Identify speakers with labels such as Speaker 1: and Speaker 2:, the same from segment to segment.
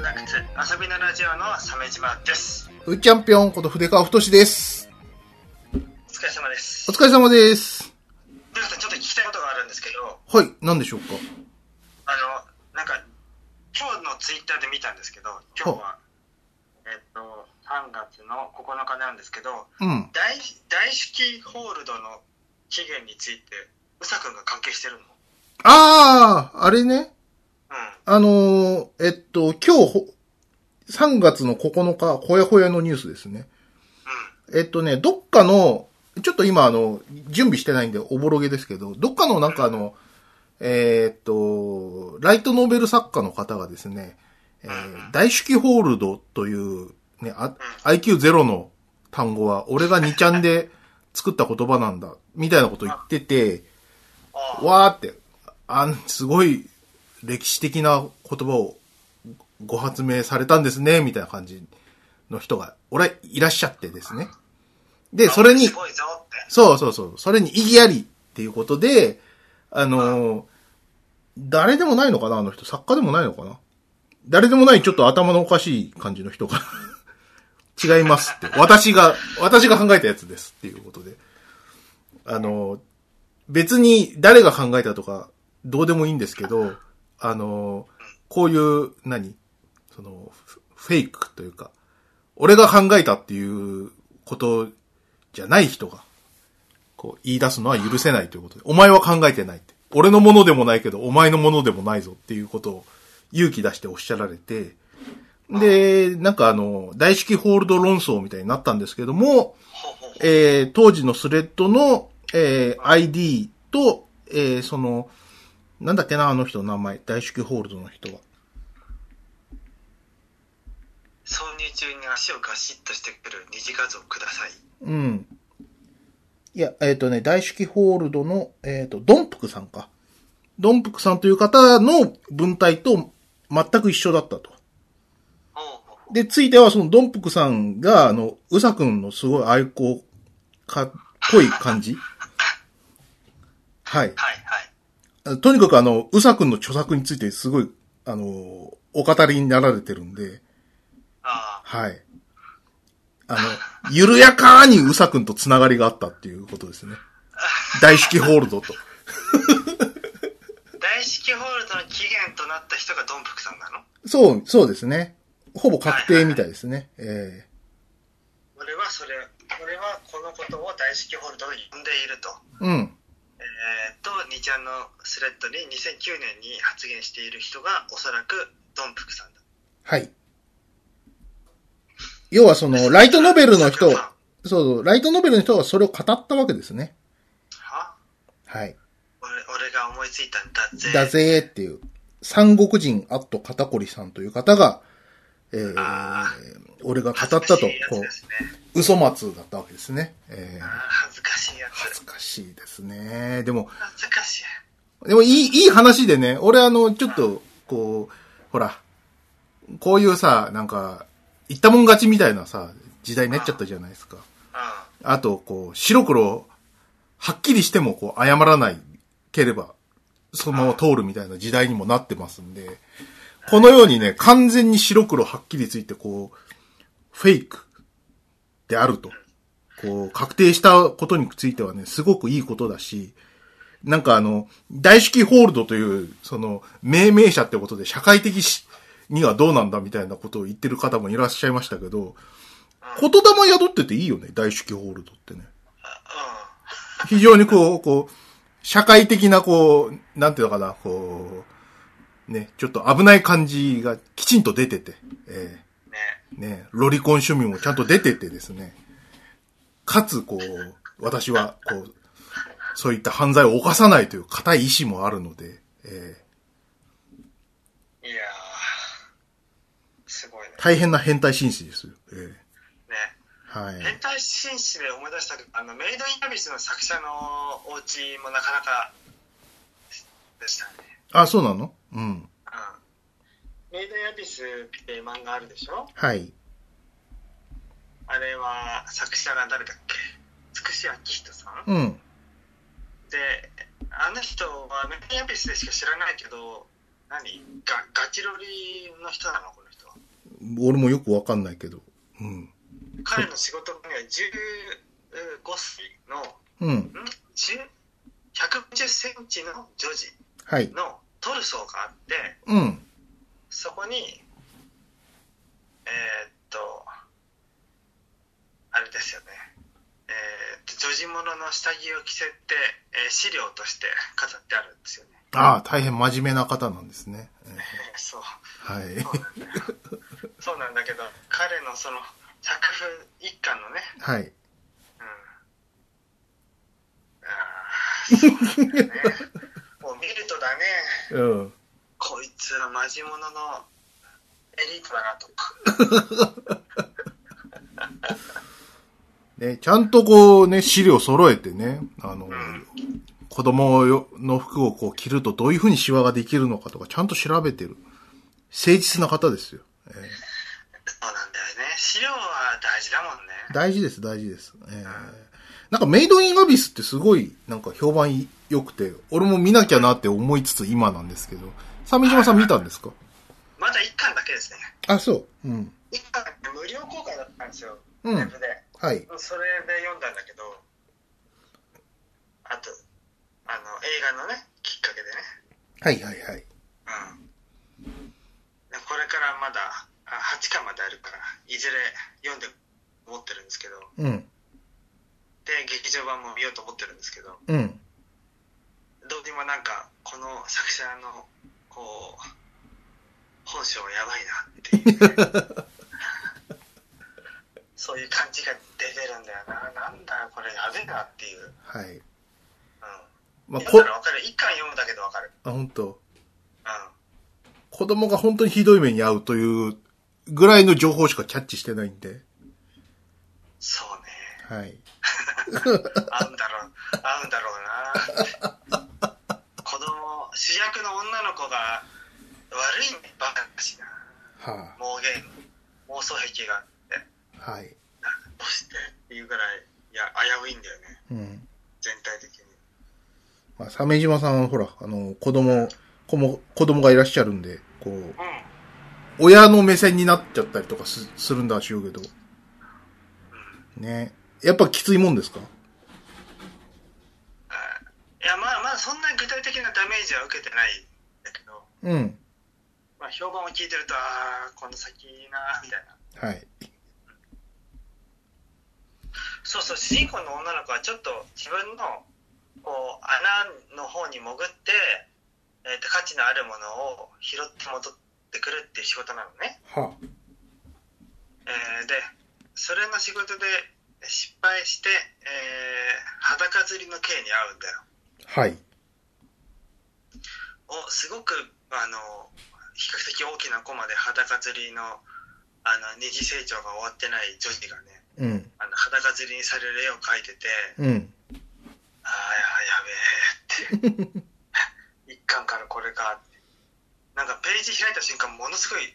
Speaker 1: 遊びのラジオの鮫島です。
Speaker 2: うっちゃんぴょんこと筆川太志です。
Speaker 1: お疲れ様です
Speaker 2: お。疲れ様です。
Speaker 1: りょうさん、ちょっと聞きたいことがあるんですけど、
Speaker 2: はい、何でしょうか
Speaker 1: あの、なんか、今日のツイッターで見たんですけど、今日は、えっと、3月の9日なんですけど、
Speaker 2: うん。
Speaker 1: 大大式ホールドの期限について、うさくんが関係してるの
Speaker 2: あー、あれね。
Speaker 1: うん。
Speaker 2: あのー、えっと、今日ほ、3月の9日、ほやほやのニュースですね。えっとね、どっかの、ちょっと今あの、準備してないんでおぼろげですけど、どっかのなんかあの、えーっと、ライトノーベル作家の方がですね、えー大手記ホールドという、ね、あ IQ0 の単語は、俺が2ちゃんで作った言葉なんだ、みたいなこと言ってて、
Speaker 1: うん。あ
Speaker 2: わーって、あん、すごい歴史的な言葉をご発明されたんですね、みたいな感じの人が、俺、いらっしゃってですね。で、
Speaker 1: あ
Speaker 2: それに
Speaker 1: す、ごいぞって。
Speaker 2: そうそうそう、それに意義ありっていうことで、あのー誰でもないのかな、あの人。作家でもないのかな。誰でもない、ちょっと頭のおかしい感じの人が、 違いますって。私が、私が考えたやつですっていうことで。あのー別に誰が考えたとか、どうでもいいんですけど、あのーこういう、何その、フフェイクというか、俺が考えたっていうことじゃない人が、こう言い出すのは許せないということで、お前は考えてないって。俺のものでもないけど、お前のものでもないぞっていうことを勇気出しておっしゃられて、で、なんかあの、大式ホールド論争みたいになったんですけども、
Speaker 1: ほうほうほう。
Speaker 2: えー当時のスレッドの、えー ID と、えーその、なんだっけな、あの人の名前、大式ホールドの人は。
Speaker 1: 挿入中に足をガシッとしてくる二次画像ください。
Speaker 2: うん。いや、えっ、とね、大式ホールドの、えっ、と、ドンプクさんか。ドンプクさんという方の文体と全く一緒だったと。
Speaker 1: ほうほうほう。
Speaker 2: で、ついてはそのドンプクさんが、あの、うさくんのすごい愛好家っぽい感じ。はい。
Speaker 1: はいはい。
Speaker 2: とにかくあの、うさくんの著作についてすごい、あの、お語りになられてるんで、
Speaker 1: あ
Speaker 2: はい。あの、 緩やかにうさくんとつながりがあったっていうことですね。 大式ホールドと。
Speaker 1: あ。大式ホールドの期限となった人がドンプクさんなの
Speaker 2: そう、そうですね。ほぼ確定みたいですね。え
Speaker 1: 俺はそれ俺はこのことを大式ホールドと呼んでいると。
Speaker 2: えうん。
Speaker 1: えー、と、2ちゃんのスレッドに2009年に発言している人がおそらくドンプクさんだ。
Speaker 2: はい。要はその、ライトノベルの人、そうそう、ライトノベルの人がそれを語ったわけですね。
Speaker 1: は
Speaker 2: はい。
Speaker 1: 俺俺が思いついたんだぜ。
Speaker 2: だぜーっていう、三国人アット肩こりさんという方が、えー
Speaker 1: あ、
Speaker 2: 俺が語った
Speaker 1: 恥
Speaker 2: と、
Speaker 1: ずかしいやつ
Speaker 2: こ
Speaker 1: です
Speaker 2: う、
Speaker 1: ね。
Speaker 2: 嘘松だったわけですね。えー
Speaker 1: あー恥ずかしいや
Speaker 2: 恥
Speaker 1: つ。
Speaker 2: ずかしいですね。でも、
Speaker 1: 恥ずかしい。
Speaker 2: でもいい、いい話でね、俺あの、ちょっと、こう、ほら、こういうさ、なんか、言ったもん勝ちみたいなさ、時代になっちゃったじゃないですか。
Speaker 1: うん。
Speaker 2: あと、こう、白黒、はっきりしても、こう、謝らないければ、そのまま通るみたいな時代にもなってますんで、このようにね、完全に白黒はっきりついて、こう、フェイクであると。こう、確定したことについてはね、すごくいいことだし、なんかあの、大式ホールドという、その、命名者ってことで、社会的しにはどうなんだみたいなことを言ってる方もいらっしゃいましたけど、言霊宿ってていいよね、大式ホールドってね。
Speaker 1: あ
Speaker 2: 非常にこう、こう、社会的なこう、なんていうのかな、こう、ね、ちょっと危ない感じがきちんと出てて、え
Speaker 1: うん。ね。
Speaker 2: ーね、ロリコン趣味もちゃんと出ててですね、かつこう、私はこう、そういった犯罪を犯さないという固い意志もあるので、え
Speaker 1: いやー、すごいね
Speaker 2: ー。大変な変態紳士ですよ。え
Speaker 1: ね。
Speaker 2: ーはい。
Speaker 1: 変態紳士で思い出したけど、あの、メイドインアビスの作者のお家もなかなかでしたね。
Speaker 2: あ、そうなのうん。
Speaker 1: うん。メイドインアビスって漫画あるでしょ
Speaker 2: はい。
Speaker 1: あれは作者が誰だっけつくしあきひとさん
Speaker 2: うん。
Speaker 1: で、あの人はメイドインアビスでしか知らないけど、何ガガチロリの人なのこの人は。
Speaker 2: 俺もよくわかんないけど。うん。
Speaker 1: 彼の仕事には15歳の、
Speaker 2: うん。
Speaker 1: ん10 150センチの女児
Speaker 2: はい。
Speaker 1: のトルソーがあって、
Speaker 2: うん。
Speaker 1: そこに、えーっと、あれですよね。えーっと、女児物の下着を着せて、えー資料として飾ってあるんですよね。
Speaker 2: ああ、大変真面目な方なんですね。え
Speaker 1: えーそう。
Speaker 2: はい。
Speaker 1: そうなんだよそうなんだけど、彼のその作風一貫のね、
Speaker 2: はい。
Speaker 1: うん。ああ、そうなんだよね。もう見るとだね、
Speaker 2: うん。
Speaker 1: こいつはマジモノのエリートだなと。
Speaker 2: ね、ちゃんとこうね、資料揃えてね、あの、
Speaker 1: ん
Speaker 2: 子供よの服をこう着るとどういう風にシワができるのかとか、ちゃんと調べてる。誠実な方ですよ。え
Speaker 1: そうなんだよね。資料は大事だもんね。
Speaker 2: ー大事です、大事です。えーなんかメイドインアビスってすごい、なんか評判い良くて、俺も見なきゃなって思いつつ今なんですけど、鮫島さん見たんですか
Speaker 1: まだ一巻だけですね。
Speaker 2: あ、そう。うん。
Speaker 1: 一巻だけ無料公開だったんですよ。
Speaker 2: うん
Speaker 1: ウェブで。
Speaker 2: はい。
Speaker 1: それで読んだんだけど、あと、あの、映画のね、きっかけでね。
Speaker 2: はいはいはい。
Speaker 1: うん。でこれからまだ8巻まであるから、いずれ読んで思ってるんですけど、
Speaker 2: うん。
Speaker 1: で、劇場版も見ようと思ってるんですけど、
Speaker 2: うん。
Speaker 1: どうにもなんか、この作者の、こう、本性はやばいなっていう、 そういう感じが出てるんだよな。なんだよ、これやべえなっていう。
Speaker 2: はい。
Speaker 1: う
Speaker 2: ま
Speaker 1: ん。
Speaker 2: あ、こ
Speaker 1: 読んだ、らわかる。一巻読むだけでわかる。
Speaker 2: あ、本当
Speaker 1: うん。
Speaker 2: 子供が本当にひどい目に遭うというぐらいの情報しかキャッチしてないんで。
Speaker 1: そうね。
Speaker 2: はい。
Speaker 1: 合うんだろう、合うんだろうなって。子供、主役の女の子が悪いバカだしな。
Speaker 2: は
Speaker 1: 妄言、妄想癖があって。
Speaker 2: あ、はい。
Speaker 1: どうして っていうぐらい、いや、危ういんだよね、
Speaker 2: うん。
Speaker 1: 全体的に。
Speaker 2: まあ、鮫島さんはほら、あの、子供、子も、子供がいらっしゃるんで、こう、
Speaker 1: うん。
Speaker 2: 親の目線になっちゃったりとかすするんだしようけど。ね。やっぱきついもんですか
Speaker 1: いや、まあまあ、そんな具体的なダメージは受けてないんだけど、
Speaker 2: うん。
Speaker 1: まあ、評判を聞いてると、ああ、この先いいな、みたいな。
Speaker 2: はい。
Speaker 1: そうそう、主人公の女の子はちょっと自分の、こう、穴の方に潜って、えっ、と、価値のあるものを拾って戻ってくるっていう仕事なのね。
Speaker 2: は
Speaker 1: えーで、それの仕事で失敗して、えー裸釣りの刑に遭うんだよ。
Speaker 2: あ、はい。
Speaker 1: をすごくあの比較的大きな子まで裸釣りのあの二次成長が終わってない女児がね
Speaker 2: うん。
Speaker 1: あの裸釣りにされる絵を描いてて
Speaker 2: うん。
Speaker 1: ああややべえって 一巻からこれかってなんかページ開いた瞬間ものすごい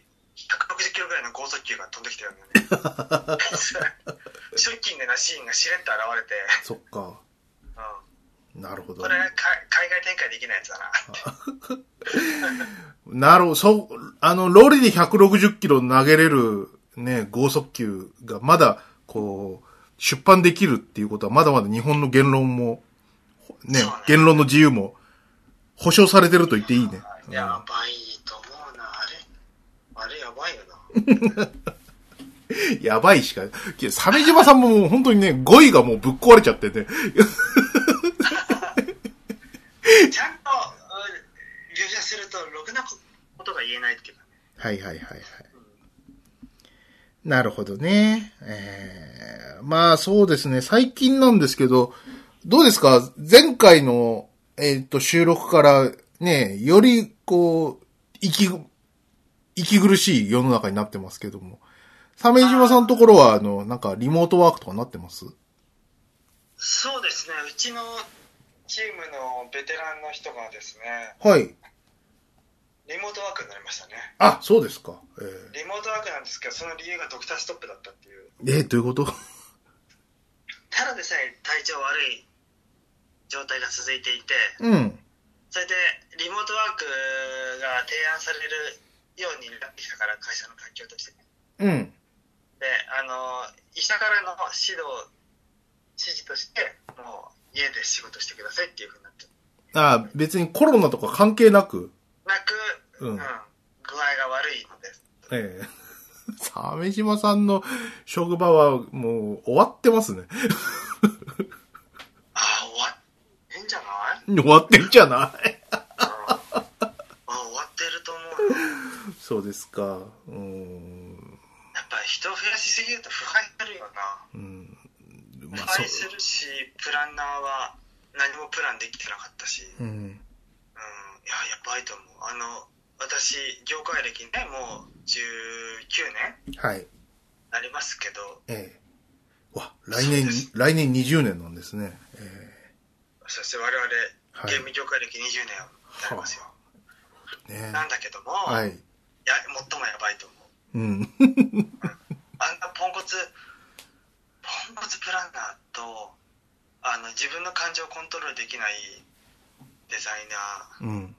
Speaker 1: 160キロぐらいの剛速球が飛んできたよね ショッキングなシーンがしれっと現れて、
Speaker 2: そっか。
Speaker 1: う
Speaker 2: なるほ
Speaker 1: ん、
Speaker 2: ど
Speaker 1: これ。か海外展開できないやつだなって
Speaker 2: なるほど。そう、あの、ロリで160キロ投げれる、ね、剛速球がまだ、こう、出版できるっていうことは、まだまだ日本の言論も、ね
Speaker 1: そうね、
Speaker 2: 言論の自由も、保障されてると言っていいね。うん
Speaker 1: やばいと思うなあれあれやばいよ な
Speaker 2: やばいしか、いや鮫島さんももう本当にね、語彙がもうぶっ壊れちゃってね。
Speaker 1: ちゃんとうん描写するとろくなことが言えないっていうかね
Speaker 2: はいはいはいはい。なるほどね。えー、まあそうですね。最近なんですけど、どうですか前回の、えーっと、収録からね、よりこう、息ぐ、息苦しい世の中になってますけども。鮫島さんのところは、あの、なんかリモートワークとかなってます
Speaker 1: そうですねうちのチームのベテランの人がですね
Speaker 2: はい。
Speaker 1: リモートワークになりましたね
Speaker 2: あ、そうですか。え
Speaker 1: リモートワークなんですけどその理由がドクターストップだったっていう
Speaker 2: ー、えーどういうこと
Speaker 1: ただでさえ体調悪い状態が続いていて
Speaker 2: うん。
Speaker 1: それでリモートワークが提案されるようになってきたから会社の環境としてね
Speaker 2: うん。
Speaker 1: で、あの、医者からの指導、指示として、もう家で仕事してくださいっていうふうになって、
Speaker 2: ああ、別にコロナとか関係なく、
Speaker 1: なく、
Speaker 2: うん
Speaker 1: 具合が悪いのです。
Speaker 2: ええ。鮫島さんの職場はもう終わってますね。
Speaker 1: ああ、終わってんじゃない
Speaker 2: 終わってんじゃない
Speaker 1: あ終わってると思うよ
Speaker 2: そうですか。うーん。
Speaker 1: やっぱり人を増やしすぎると腐敗するよな
Speaker 2: うん。ま
Speaker 1: 腐
Speaker 2: あそ
Speaker 1: 敗するしプランナーは何もプランできてなかったし、
Speaker 2: う。
Speaker 1: うん、い
Speaker 2: うん。
Speaker 1: ややばいと思うあの私業界歴ねもう19年
Speaker 2: はい。
Speaker 1: なりますけど
Speaker 2: ええ。わ、来年、来年20年なんですね。え
Speaker 1: そして我々
Speaker 2: はい
Speaker 1: ゲーム業界歴20年になりますよ、
Speaker 2: え。ね
Speaker 1: なんだけども、
Speaker 2: はいい。
Speaker 1: や最もやばいと思う
Speaker 2: うん。
Speaker 1: あんなポンコツポンコツプランナーとあの自分の感情をコントロールできないデザイナー
Speaker 2: うん。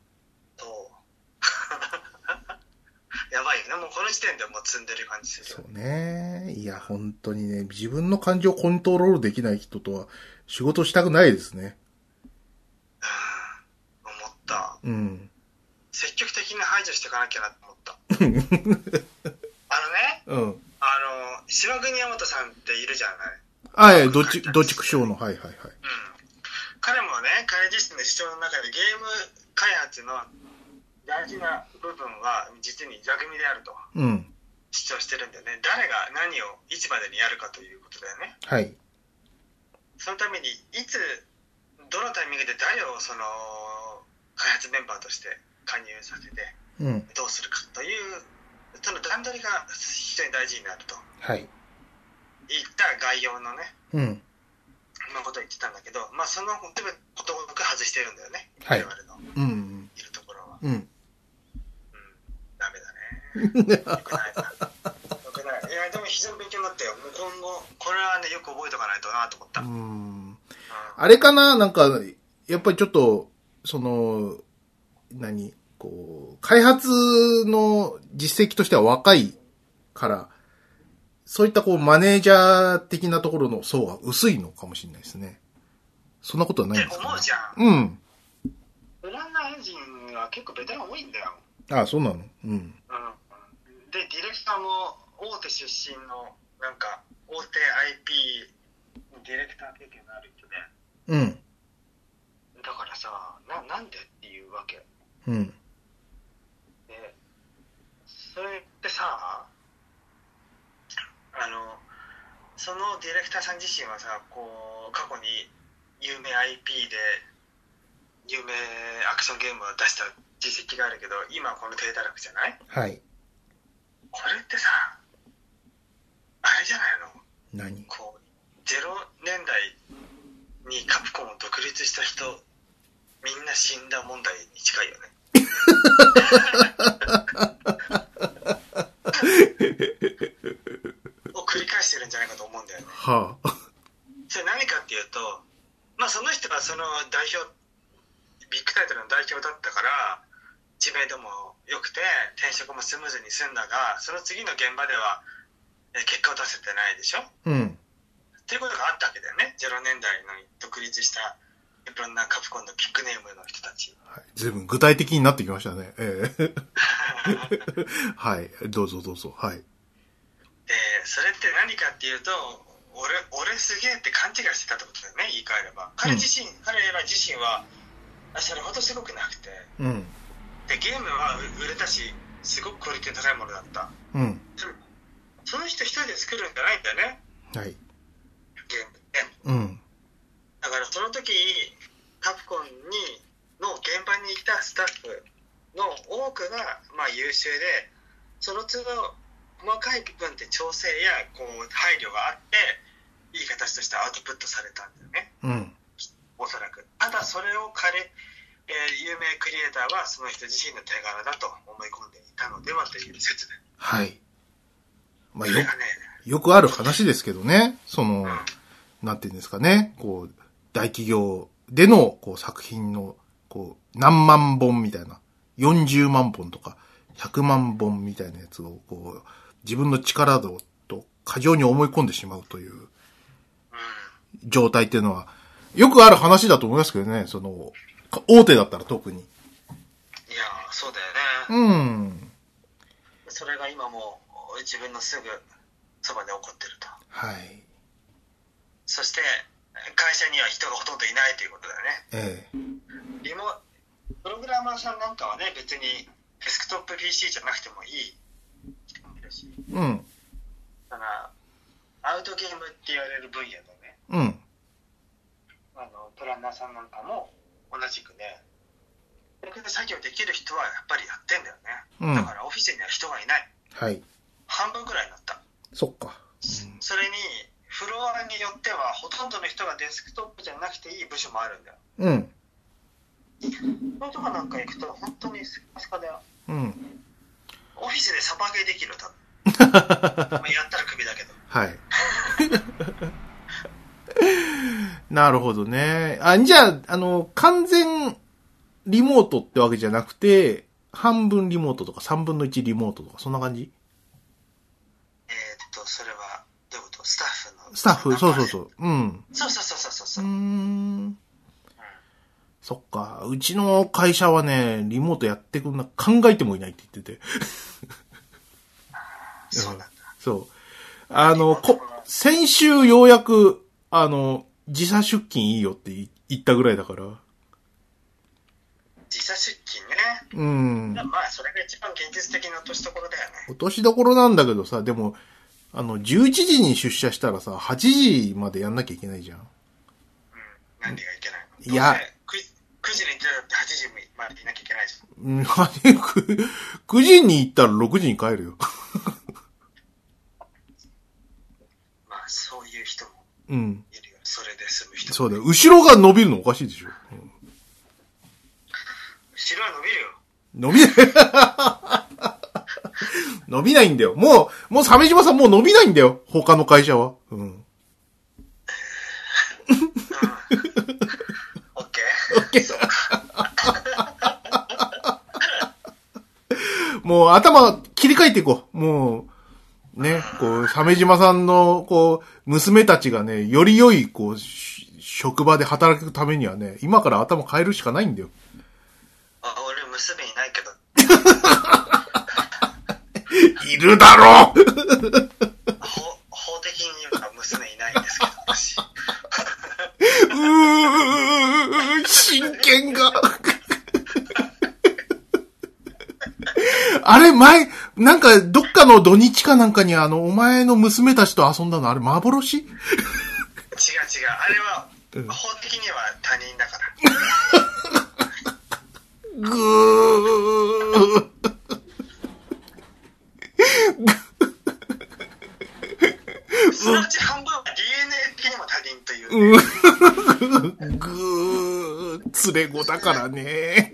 Speaker 1: と やばいよねもうこの時点でもう積んでる感じする
Speaker 2: そ
Speaker 1: よ
Speaker 2: うね。いや、本当にね、自分の感情をコントロールできない人とは仕事したくないですね。
Speaker 1: うん思った
Speaker 2: うん。
Speaker 1: 積極的に排除していかなきゃなと思った あのね
Speaker 2: うん。
Speaker 1: あの島国山本さんっているじゃない、
Speaker 2: あ、ええ、どっち、どっち苦笑の、はいはいはい。
Speaker 1: うん、彼もね彼自身の主張の中でゲーム開発の大事な部分は実に座組であると
Speaker 2: うん。
Speaker 1: 主張してるんでね誰が何をいつまでにやるかということだよね
Speaker 2: はい。
Speaker 1: そのためにいつどのタイミングで誰をその開発メンバーとして加入させて
Speaker 2: うん。
Speaker 1: どうするかというその段取りが非常に大事になると
Speaker 2: はい。
Speaker 1: いった概要のね
Speaker 2: うん。
Speaker 1: のことを言ってたんだけど、まあ、その全部ことごとく外してるんだよね、
Speaker 2: はい
Speaker 1: 我々の
Speaker 2: うん。
Speaker 1: いるところは、
Speaker 2: うん。
Speaker 1: うん、ダメだねよくないなよくないいやでも非常に勉強になったよもう今後これはねよく覚えておかないとなと思った、
Speaker 2: う
Speaker 1: うん
Speaker 2: ん。
Speaker 1: あ
Speaker 2: あれかななんか、やっぱりちょっと、その、何こう、開発の実績としては若いから、そういったこう、マネージャー的なところの層が薄いのかもしれないですね。そんなことはないんです
Speaker 1: って思うじゃ
Speaker 2: ん。うん。
Speaker 1: オランダエンジンは結構ベテラン多いんだよ
Speaker 2: ああ、そうなのうん。
Speaker 1: うんでディレクターも大手出身のなんか大手 IP ディレクター経験のある人で
Speaker 2: うん。
Speaker 1: だからさななんでっていうわけ
Speaker 2: うん。
Speaker 1: でそれってさあのそのディレクターさん自身はさこう過去に有名 IP で有名アクションゲームを出した実績があるけど今はこの低たらくじゃない
Speaker 2: はい。
Speaker 1: これってさあれじゃないの
Speaker 2: 何
Speaker 1: こう0年代にカプコンを独立した人みんな死んだ問題に近いよねを繰り返してるんじゃないかと思うんだよね
Speaker 2: はあ。
Speaker 1: それ何かっていうとまあその人がその代表ビッグタイトルの代表だったから知名度も良くて転職もスムーズに済んだがその次の現場ではえ結果を出せてないでしょ
Speaker 2: うん。
Speaker 1: っていうことがあったわけだよね0年代の独立したいろんなカプコンのビッグネームの人たち
Speaker 2: はい随分具体的になってきましたね。ええはい。どうぞどうぞ。はい。
Speaker 1: でそれって何かっていうと俺俺すげえって勘違いしてたってことだよね言い換えれば彼自身、彼ら自身はあそれほどすごくなくて
Speaker 2: うん。
Speaker 1: でゲームは売れたしすごくクオリティの高いものだった
Speaker 2: うん。
Speaker 1: そのその人一人で作るんじゃないんだよね
Speaker 2: はい。
Speaker 1: ゲームって
Speaker 2: うん。
Speaker 1: だからその時カプコンにの現場にいたスタッフの多くがまあ優秀でその都度細かい部分で調整やこう配慮があっていい形としてアウトプットされたんだよね
Speaker 2: うん。
Speaker 1: おそらくただそれを彼、えー有名クリエイターはその人自身の手柄だと思い込んでいたのではという説で
Speaker 2: はい。ま
Speaker 1: そ
Speaker 2: あ、よ
Speaker 1: れ、がね、
Speaker 2: よくある話ですけどね。その
Speaker 1: うん、
Speaker 2: なんていうんですかね。こう、大企業での、こう、作品の、こう、何万本みたいな。40万本とか、100万本みたいなやつを、こう、自分の力だと過剰に思い込んでしまうという状態っていうのは、よくある話だと思いますけどね、その、か大手だったら特に。
Speaker 1: いやーそうだよね、
Speaker 2: うん。
Speaker 1: それが今もう自分のすぐそばで起こってると
Speaker 2: はい。
Speaker 1: そして会社には人がほとんどいないということだよね
Speaker 2: ええ。
Speaker 1: リモプログラマーさんなんかはね別にデスクトップ PC じゃなくてもいい
Speaker 2: うん。
Speaker 1: だからアウトゲームって言われる分野のね
Speaker 2: うん。
Speaker 1: あのプランナーさんなんかも同じくねそれで作業できる人はやっぱりやってんだよ
Speaker 2: う
Speaker 1: ね、
Speaker 2: ん
Speaker 1: だからオフィスには人がいない
Speaker 2: はい。
Speaker 1: 半分ぐらいになった
Speaker 2: そっか。
Speaker 1: それにフロアによってはほとんどの人がデスクトップじゃなくていい部署もあるんだよ
Speaker 2: うん。
Speaker 1: そういうとこなんか行くと本当にスカスカだよ
Speaker 2: うん。
Speaker 1: オフィスでサバゲーできるよ多 分まあやったらクビだけど
Speaker 2: はい。 なるほどね。あ、じゃあ、あの、完全リモートってわけじゃなくて、半分リモートとか三分の一リモートとか、そんな感じ
Speaker 1: えーっとそれはどういうことスタッフの
Speaker 2: スタッフ、そうそう
Speaker 1: う
Speaker 2: そう。うん。
Speaker 1: そうそうそうそう
Speaker 2: う
Speaker 1: そう
Speaker 2: ー。
Speaker 1: うん
Speaker 2: そっか。うちの会社はね、リモートやってくんな、考えてもいないって言ってて。
Speaker 1: そうなんだ
Speaker 2: そう。あの、こ、先週ようやく、あの、時差出勤いいよってい言ったぐらいだから。
Speaker 1: 時差出勤ね
Speaker 2: うん。
Speaker 1: まあそれが一番現実的な落としどころだよね
Speaker 2: 落としどころなんだけどさ、でも、あの、11時に出社したらさ、8時までやんなきゃいけないじゃん。
Speaker 1: うん何がいけないの
Speaker 2: いや
Speaker 1: どうせ 9, 時に行ってたって8時までいなきゃいけないじゃん
Speaker 2: うん、9 9時に行ったら6時に帰るよ。
Speaker 1: まあそういう人も
Speaker 2: うん。
Speaker 1: いるよそれで済む人も
Speaker 2: そうだよ。後ろが伸びるのおかしいでしょ。うん
Speaker 1: 後ろは伸びるよ
Speaker 2: 伸びない。伸びないんだよ。もう、もう鮫島さんもう伸びないんだよ。他の会社は。うん。
Speaker 1: オッケー
Speaker 2: もう頭切り替えていこう。もう、ね、こう、鮫島さんの、こう、娘たちがね、より良い、こう、し職場で働くためにはね、今から頭変えるしかないんだよ。
Speaker 1: あ俺娘いないけど
Speaker 2: いるだろう
Speaker 1: 法法的には娘いないんですけど私
Speaker 2: うー、真剣が。 あれ、前、なんか、どっかの土日かなんかに、あの、お前の娘たちと遊んだの、あれ、
Speaker 1: 違
Speaker 2: 幻
Speaker 1: う違うあれは
Speaker 2: うん
Speaker 1: 法的には他人だから
Speaker 2: ぐー。
Speaker 1: そのうち半分は DNA 的にも他人という、
Speaker 2: うんぐー、連れ子だからね。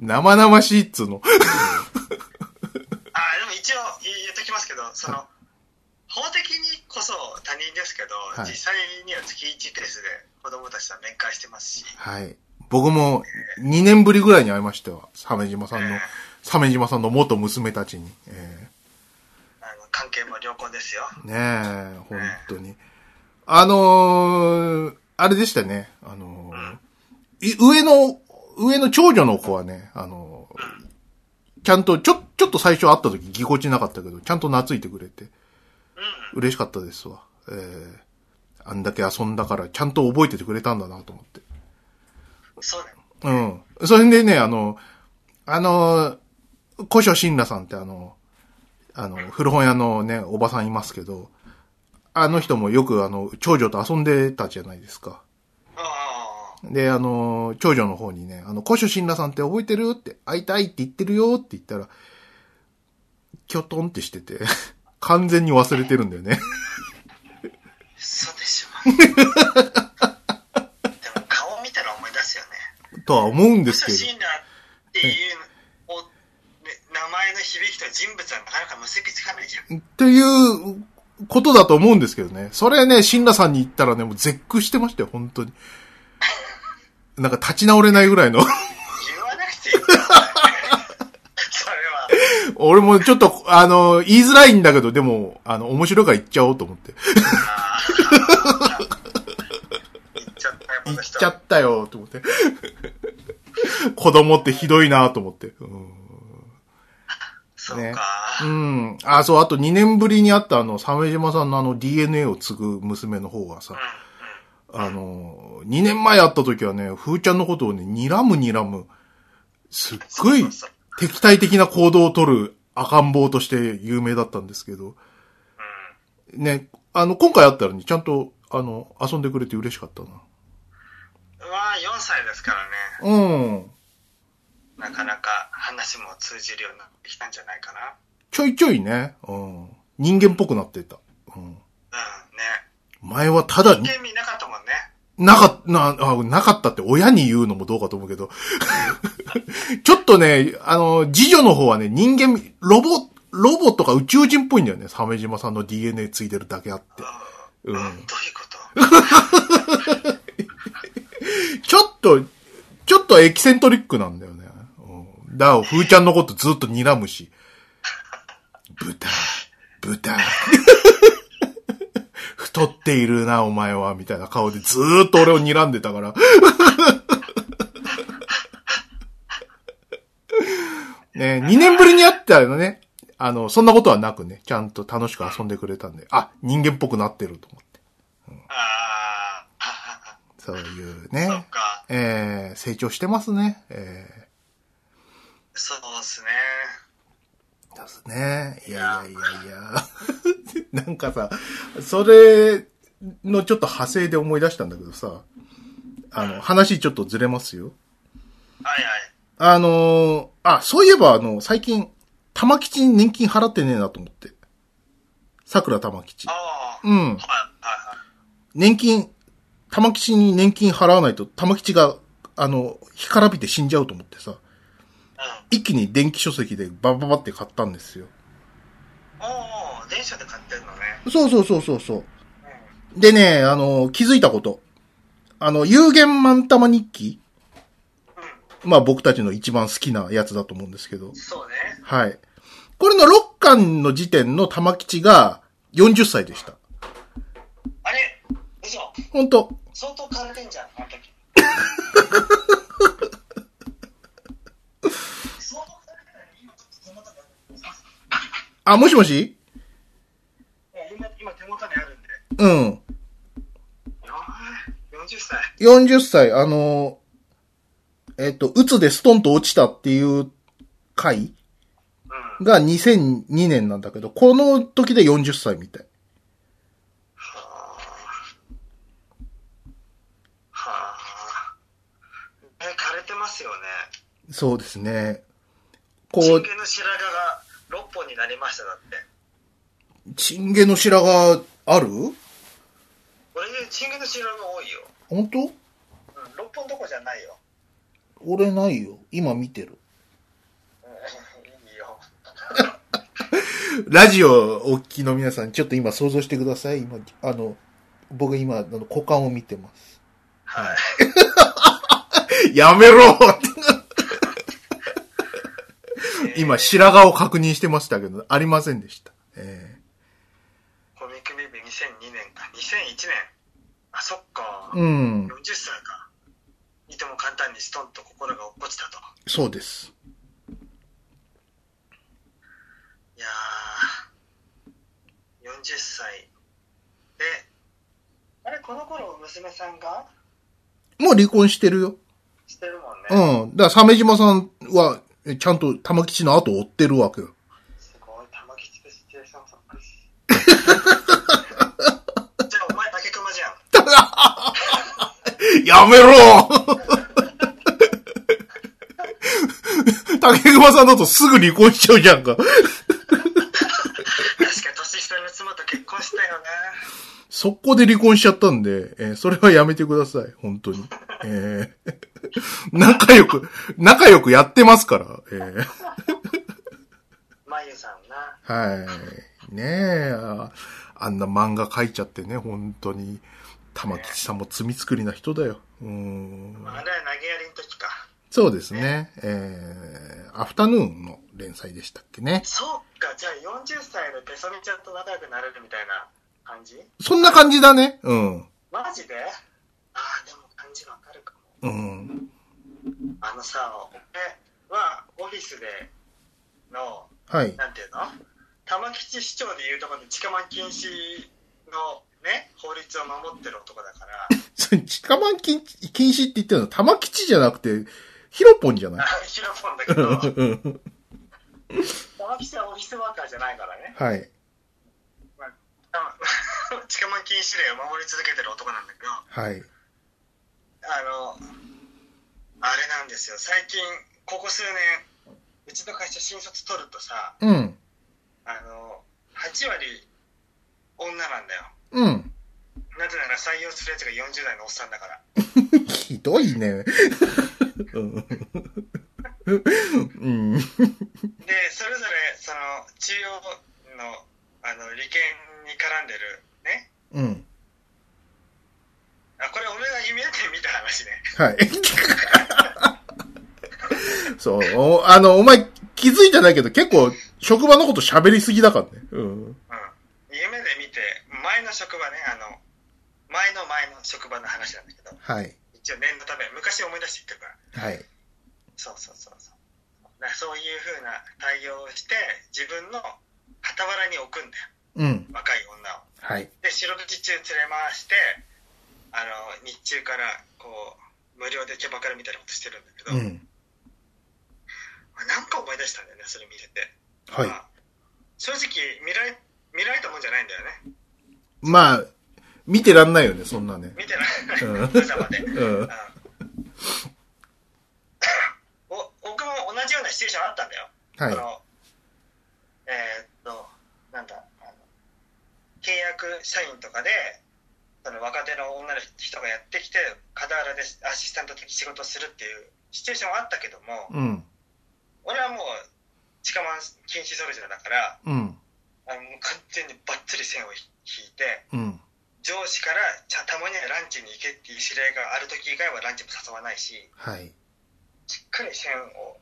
Speaker 2: 生々しいっつうの。
Speaker 1: ああでも一応言言っときますけどその法的にこそ他人ですけど、
Speaker 2: はい
Speaker 1: 実際には月1ペースで子供たちとは面会してますし
Speaker 2: はい。僕も2年ぶりぐらいに会いましたよ。鮫島さんの、鮫島さんの元娘たちに。え
Speaker 1: あの関係も良好ですよ
Speaker 2: えねえ、本当に。あのー、あれでしたね。あのーい上の、上の長女の子はね、あのーちゃんと、ちょ、ちょっと最初会った時ぎこちなかったけど、ちゃんと懐いてくれて、
Speaker 1: うん
Speaker 2: 嬉しかったですわ。ええあんだけ遊んだから、ちゃんと覚えててくれたんだなと思って。
Speaker 1: そうだよ
Speaker 2: うん。それでね、あの、あの、古書信羅さんってあの、あの、古本屋のね、おばさんいますけど、あの人もよくあの、長女と遊んでたじゃないですか。
Speaker 1: ああ
Speaker 2: で、あの、長女の方にね、あの、古書信羅さんって覚えてるって、会いたいって言ってるよって言ったら、キョトンってして て、完全に忘れてるんだよね。
Speaker 1: そうでしょ でも顔見たら思い出すよね
Speaker 2: とは思うんで
Speaker 1: 武
Speaker 2: す
Speaker 1: 者
Speaker 2: けど。
Speaker 1: 信羅っていうお、ね、名前の響きと人物はなかなか結びつかないじゃん
Speaker 2: っていうことだと思うんですけどね。それね、シンラさんに言ったらね、もう絶句してましたよ、本当に。 なんか立ち直れないぐらいの。
Speaker 1: 言 わなくていいんだよそれは
Speaker 2: 俺もちょっと、あの、言いづらいんだけど、でも、あの、面白いから言っちゃおうと思って。
Speaker 1: あー行っちゃったよ、こ
Speaker 2: 言
Speaker 1: の
Speaker 2: っ
Speaker 1: 人。
Speaker 2: ちゃったよ、と思って。 子供ってひどいなと思って。うん
Speaker 1: そう
Speaker 2: ね
Speaker 1: か。
Speaker 2: うん。あ、そう、あと2年ぶりに会ったあの、鮫島さんのあの DNA を継ぐ娘の方がさ
Speaker 1: うん、、うん。
Speaker 2: あの、2年前会った時はね、風ちゃんのことをね、睨む睨む、すっごい
Speaker 1: そうそう
Speaker 2: 敵対的な行動を取る赤ん坊として有名だったんですけど、ね、あの、今回会ったらね、ちゃんと、あの、遊んでくれて嬉しかったな。
Speaker 1: うん。うわー、4歳ですからね。
Speaker 2: うん。
Speaker 1: なかなか話も通じるようになってきたんじゃないかな。
Speaker 2: ちょいちょいね、うん。人間っぽくなってた。うん。
Speaker 1: うん、ね。
Speaker 2: 前はただ、
Speaker 1: 人間味なかったもんね。
Speaker 2: なか、な、あなかったって親に言うのもどうかと思うけど。 ちょっとね、あの、次女の方はね、人間、ロボ、ロボとか宇宙人っぽいんだよね。鮫島さんの DNA ついてるだけあって。
Speaker 1: うん。
Speaker 2: う
Speaker 1: どうんいう こと
Speaker 2: ちょっと、ちょっとエキセントリックなんだよね。うん、だから、ふーちゃんのことずっと睨むし。豚、豚。太っているな、お前は、みたいな顔でずーっと俺を睨んでたから。ね2年ぶりに会ったのね。あの、そんなことはなくね、ちゃんと楽しく遊んでくれたんで、あ、人間っぽくなってると思って。
Speaker 1: ああ、
Speaker 2: そういうね。
Speaker 1: そうか。
Speaker 2: えー、成長してますね。え
Speaker 1: そうですね。
Speaker 2: ー、ですね。いやいやいやいや。 なんかさ、それのちょっと派生で思い出したんだけどさ、あの、話ちょっとずれますよ。
Speaker 1: はいはい。
Speaker 2: あのーあ、そういえばあの、最近、玉吉に年金払ってねえなと思って。桜玉吉。
Speaker 1: ああ、
Speaker 2: う
Speaker 1: は
Speaker 2: ん
Speaker 1: い。はいはい。
Speaker 2: 年金、玉吉に年金払わないと、玉吉が、あの、干からびて死んじゃうと思ってさ、
Speaker 1: うん。
Speaker 2: 一気に電気書籍でバババって買ったんですよ。
Speaker 1: おーおー電車で買ってるのね。
Speaker 2: そうそうそうそうそう。
Speaker 1: うん。
Speaker 2: でね、あの、気づいたこと。あの、有限満玉日記。まあ僕たちの一番好きなやつだと思うんですけど
Speaker 1: うん。。そうね。
Speaker 2: はい。これの6巻の時点の玉吉が40歳でした。
Speaker 1: あれ嘘
Speaker 2: ほんと。
Speaker 1: 相当買われてんじゃん、あの時。相当買われてたよ今ちょっと手元に
Speaker 2: あ、もしもし
Speaker 1: あるんでいや今今手元にあるんで。
Speaker 2: うん。
Speaker 1: よーい40歳。
Speaker 2: 40歳、あの、えっと、うつでストンと落ちたっていう回
Speaker 1: うん。
Speaker 2: が2002年なんだけど、この時で40歳みたい。
Speaker 1: はあ。え、枯れてますよね。
Speaker 2: そうですね。こ
Speaker 1: 人
Speaker 2: う、
Speaker 1: 間の白髪が六本になりましただって。
Speaker 2: チンゲの白があ
Speaker 1: 俺
Speaker 2: る
Speaker 1: ね、人間の白髪多いよ。
Speaker 2: 本当
Speaker 1: うん、六本どこじゃないよ。
Speaker 2: 俺ないよ。今見てる。
Speaker 1: うん、いいよ。
Speaker 2: ラジオお聞きの皆さん、ちょっと今想像してください。今、あの、僕今、あの、股間を見てます。
Speaker 1: はい。
Speaker 2: やめろ
Speaker 1: えー
Speaker 2: 今、白髪を確認してましたけど、ありませんでした。え
Speaker 1: コミックビビ2002年か。2001年。あ、そっか。
Speaker 2: えうん
Speaker 1: 40、歳か。いとも簡単にストンと心が落っこちたと。
Speaker 2: そうです。
Speaker 1: いやー、40歳で、あれ、この頃娘さんが
Speaker 2: もう離婚してるよ。
Speaker 1: してるもんね。
Speaker 2: うん。だから、鮫島さんは、えちゃんと玉吉の後を追ってるわけよ。
Speaker 1: すごい、玉吉でシチュエーションそっ くり。じゃあ、お前、竹熊じゃん。
Speaker 2: やめろ竹熊さんだとすぐ離婚しちゃうじゃんか。
Speaker 1: 確か、年下の妻と結婚したよね。
Speaker 2: 速攻で離婚しちゃったんで、えーそれはやめてください、本当に。えー仲良く、仲良くやってますから。えー
Speaker 1: まゆさんな。
Speaker 2: はい。ねえ、ああんな漫画描いちゃってね、本当に。玉吉さんも罪作りな人だよ。うーん
Speaker 1: あれは投げやりの時か。
Speaker 2: そうですね。えーアフタヌーンの連載でしたっけね。
Speaker 1: そうか、じゃあ40歳でペソミちゃんと仲良くなれるみたいな感じ
Speaker 2: そんな感じだね。うん。
Speaker 1: マジでああ、でも感じわかるかも。
Speaker 2: うん。
Speaker 1: あのさ、俺はオフィスでの、
Speaker 2: はい。
Speaker 1: なんていうの玉吉市長でいうところで近間禁止のね、法律を守ってる男だから、
Speaker 2: それ、近番禁禁止って言ってるの、玉吉じゃなくて、ヒロポンじゃない
Speaker 1: あヒロポンだけど、
Speaker 2: うん
Speaker 1: 玉吉はオフィスワーカーじゃないからね。
Speaker 2: はい。
Speaker 1: あ 近間禁止令を守り続けてる男なんだけど、
Speaker 2: はい。
Speaker 1: あの、あれなんですよ、最近、ここ数年、うちの会社新卒取るとさ、
Speaker 2: うん。
Speaker 1: あの、8割女なんだよ。
Speaker 2: うん。
Speaker 1: なぜなら採用するやつが40代のおっさんだから。
Speaker 2: ひどいね。うん。うん。
Speaker 1: で、それぞれ、その、中央の、あの、利権に絡んでる、ね。
Speaker 2: うん。
Speaker 1: あ、これ俺が夢で見た話ね。
Speaker 2: はい。 そう、おあの、お前気づいてないけど結構職場のこと喋りすぎだからね。うん。
Speaker 1: うん。夢で見て、前の職場ね、あの、前の前の職場の話なんだけど、
Speaker 2: はい。
Speaker 1: 一応念のため、昔思い出して言ってるから。
Speaker 2: はい。
Speaker 1: そうそうそうそう。だからそういうふうな対応をして、自分の傍らに置くんだよ。
Speaker 2: うん。
Speaker 1: 若い女を。
Speaker 2: はい。
Speaker 1: で、四六時中連れ回して、あの、日中から、こう、無料でキャバクラみたいなことしてるんだけど、
Speaker 2: うん。
Speaker 1: なんか思い出したんだよね、それ見てて。
Speaker 2: はい
Speaker 1: ま。あ正直、見られ、見られたもんじゃないんだよね。
Speaker 2: まあ、見てらんないよね、そんなね。
Speaker 1: 見てない。
Speaker 2: うん
Speaker 1: 無様 で。うん
Speaker 2: うん。
Speaker 1: お僕も同じようなシチュエーションあったんだよ。
Speaker 2: はい
Speaker 1: そ。のえーっと、なんだ、あの契約社員とかで、その若手の女の人がやってきて、傍らでアシスタント的仕事をするっていうシチュエーションはあったけども、
Speaker 2: うん。
Speaker 1: 俺はもう、近間禁止ソルジャーだから、
Speaker 2: うん。
Speaker 1: あのもう完全にばっちり線を引いて、
Speaker 2: うん。
Speaker 1: 上司からちゃたまにはランチに行けっていう指令がある時以外はランチも誘わないし、
Speaker 2: はい。
Speaker 1: しっかり線を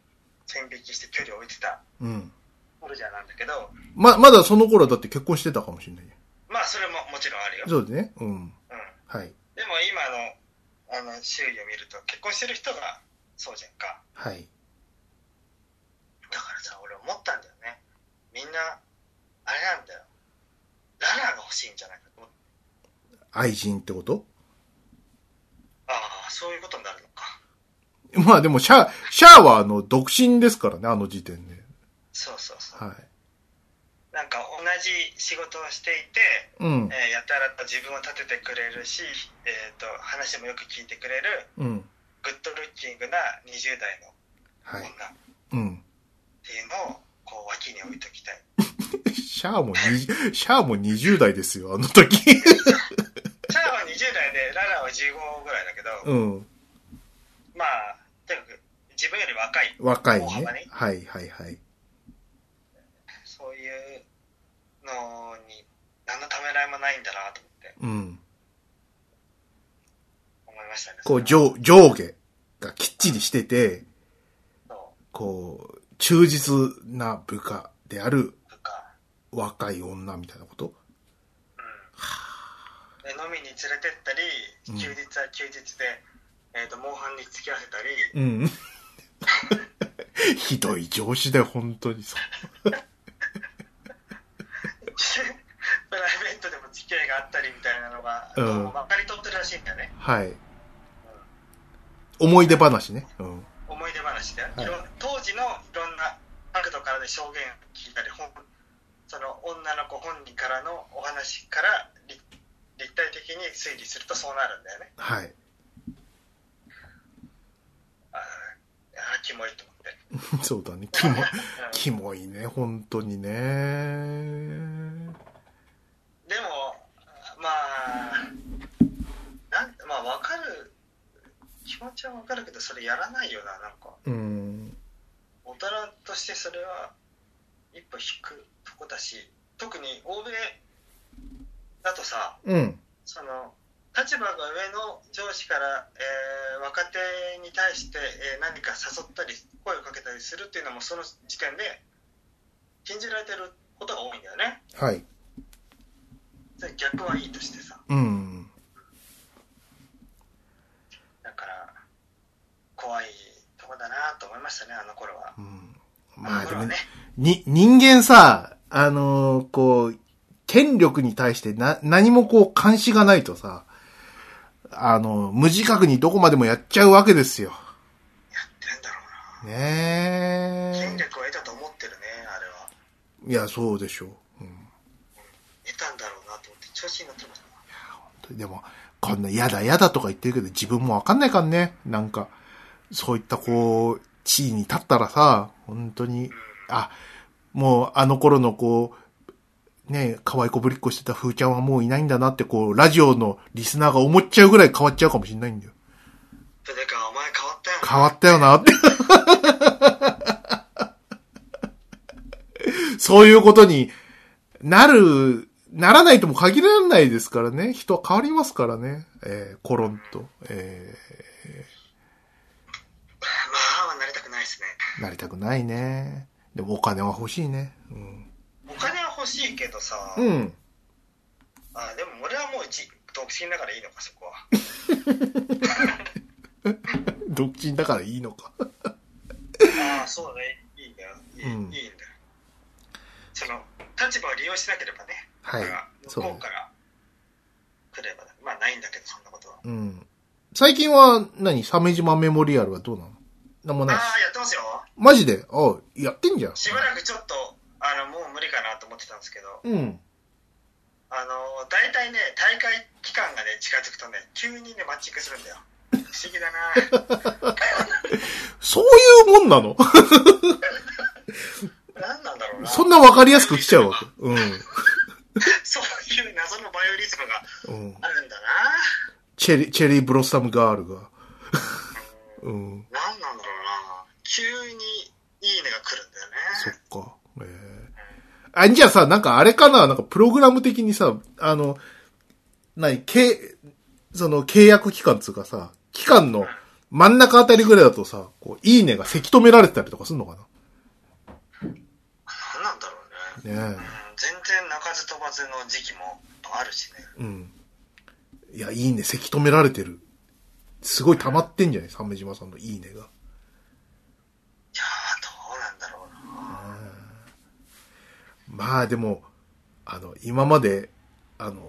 Speaker 1: 線引きして距離を置いてた
Speaker 2: うん。
Speaker 1: ソルジャーなんだけど、
Speaker 2: ま、まだその頃だって結婚してたかもしれないね。
Speaker 1: まあそれももちろんあるよ。
Speaker 2: そうですね。うん。
Speaker 1: うん
Speaker 2: はい。
Speaker 1: でも今のあの周囲を見ると結婚してる人がそうじゃんか
Speaker 2: はい。
Speaker 1: だからさ俺思ったんだよねみんなあれなんだよララが欲しいんじゃないかと思って
Speaker 2: 愛人ってこと
Speaker 1: ああそういうことになるのか
Speaker 2: まあでも、シャ、シャアはあの、独身ですからね、あの時点で。
Speaker 1: そうそうそう、
Speaker 2: はい。
Speaker 1: なんか同じ仕事をしていて、
Speaker 2: うん。
Speaker 1: えーやたらと自分を立ててくれるし、えー、と話もよく聞いてくれる
Speaker 2: うん。
Speaker 1: グッドルッキングな20代の
Speaker 2: は
Speaker 1: 女っ
Speaker 2: い。うん。
Speaker 1: ていうのをこう脇に置いときたい
Speaker 2: シャアも20、シャアも20代ですよ、あの時。
Speaker 1: シャアは20代でララは15ぐらいだけど、
Speaker 2: うん。
Speaker 1: まあ、とにかく自分より若い、
Speaker 2: 若い
Speaker 1: 大幅
Speaker 2: ね
Speaker 1: に。
Speaker 2: はい、はい、はい。
Speaker 1: そういうのに何のためらいもないんだなと思って
Speaker 2: うん。
Speaker 1: 思いましたね。
Speaker 2: こう、
Speaker 1: それは
Speaker 2: 上、上下がきっちりしてて、
Speaker 1: そう
Speaker 2: こう、忠実な部下である
Speaker 1: とか、
Speaker 2: 若い女みたいなこと
Speaker 1: うん。で飲みに連れてったり、
Speaker 2: うん
Speaker 1: 休日は休日で、えっ、と、モンハンに付き合わせたり、
Speaker 2: うん。ひどい上司だよ、本当にさ。
Speaker 1: プライベートでも付き合いがあったりみたいなのが、
Speaker 2: うん
Speaker 1: どうも分かり取ってるらしいんだよね。
Speaker 2: はい。思い出話ね。うん。
Speaker 1: 思い出話で、
Speaker 2: い
Speaker 1: いろん当時のいろんな角度からで証言を聞いたり本その女の子本人からのお話から立立体的に推理するとそうなるんだよね
Speaker 2: はい。
Speaker 1: あーあーキモいと思って、
Speaker 2: そうだね。キモ、
Speaker 1: うん
Speaker 2: キモいね、本当にね。
Speaker 1: でもまあなんまあ分かる気持ちは分かるけどそれやらないよななんか
Speaker 2: うん。
Speaker 1: 大人としてそれは一歩引くとこだし特に欧米だとさ
Speaker 2: うん。
Speaker 1: その立場が上の上司から、えー若手に対して、えー何か誘ったり声をかけたりするっていうのもその時点で禁じられてることが多いんだよね
Speaker 2: はい。
Speaker 1: それ逆はいいとしてさ
Speaker 2: うん。
Speaker 1: だから怖いとこだなと思いましたねあの頃は、
Speaker 2: うん
Speaker 1: あ
Speaker 2: まあ
Speaker 1: の
Speaker 2: で
Speaker 1: 頃
Speaker 2: も
Speaker 1: は
Speaker 2: ね
Speaker 1: ね、
Speaker 2: に、人間さ、あのーこう、権力に対してな、何もこう、監視がないとさ、あの、無自覚にどこまでもやっちゃうわけですよ。
Speaker 1: やってるんだろ
Speaker 2: ね
Speaker 1: うな権
Speaker 2: え。
Speaker 1: 力を得たと思ってるねあれはい
Speaker 2: や、そうでしょう。
Speaker 1: 得たんだろうなと思って調子に乗ってました
Speaker 2: うん、でも、こんな、やだやだとか言ってるけど、自分もわかんないからね。なんか、そういったこう、地位に立ったらさ、本当に、あ、もうあの頃のこう、ね、可愛い子ぶりっこしてた風ちゃんはもういないんだなってこう、ラジオのリスナーが思っちゃうぐらい変わっちゃうかもしれないんだよ。
Speaker 1: それかお前変わった よな
Speaker 2: 変わったよなって。 そういうことになる、ならないとも限らないですからね。人は変わりますからね。えー、コロンと、え
Speaker 1: まあはなりたくないですね
Speaker 2: ー、なりたくないね。でもお金は欲しいね。うん。
Speaker 1: お金は欲しいけどさ、
Speaker 2: うん。
Speaker 1: あでも俺はもう一独身だからいいのかそ こは
Speaker 2: 独身だからいいのか。
Speaker 1: ああそうだねいいんだよいい,、
Speaker 2: うん
Speaker 1: いいんだよその立場を利用しなければね、
Speaker 2: はい
Speaker 1: だから。
Speaker 2: そう
Speaker 1: 向こうから来ればねまあないんだけどそんなことは
Speaker 2: うん。最近は何、鮫島メモリアルはどうなのなんも
Speaker 1: あ
Speaker 2: ないし。
Speaker 1: あやってますよ
Speaker 2: マジであやってんじゃん。
Speaker 1: しばらくちょっとあのもう無理かなと思ってたんですけど
Speaker 2: うん。
Speaker 1: あの大体ね大会期間がね近づくとね急にねマッチングするんだよ不思議だな
Speaker 2: そういうもんなの
Speaker 1: 何なんだろうな
Speaker 2: そんなわかりやすく来ちゃうわけ。うん。
Speaker 1: そういう謎のバイオリズムが
Speaker 2: うん、
Speaker 1: あるんだな
Speaker 2: チェリチェリーブロッサムガールが。 うん、
Speaker 1: 何なんだろうな急にいいねが来るんだよね
Speaker 2: そっか。えー、あ、じゃあさ、なんかあれかななんかプログラム的にさ、あの、何、け、その契約期間つうかさ、期間の真ん中あたりぐらいだとさ、こう、いいねがせき止められてたりとかするのか
Speaker 1: 何なんだろうね、
Speaker 2: なね
Speaker 1: うん、全然鳴かず飛ばずの時期もあるしね
Speaker 2: え。うん。いや、いいね、せき止められてる。すごい溜まってんじゃない鮫島さんのいいねが。
Speaker 1: いやーどうなんだろうな
Speaker 2: まあでも、あの、今まで、あの、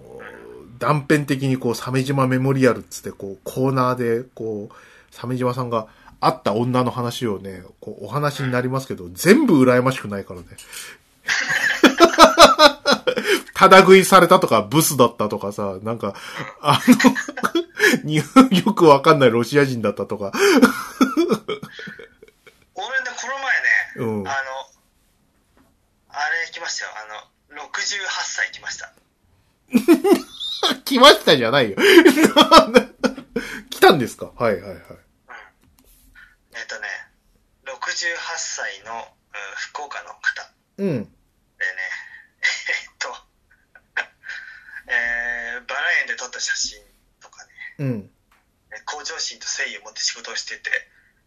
Speaker 2: 断片的にこう、鮫島メモリアルっつって、こう、コーナーで、こう、鮫島さんが会った女の話をね、こう、お話になりますけど、全部羨ましくないからね。 ただ食いされたとか、ブスだったとかさ、なんか、あの、 によくわかんないロシア人だったとか、
Speaker 1: 俺ねこの前ね、
Speaker 2: うん
Speaker 1: あのあれ来ましたよあの68歳来ました
Speaker 2: 来ましたじゃないよ。 来たんですかはいはいはい。
Speaker 1: えっとね68歳の、うん福岡の方
Speaker 2: うん。
Speaker 1: でね、 えっと、 えーバラ園で撮った写真とかね、
Speaker 2: うん。
Speaker 1: 向上心と誠意を持って仕事をしてて、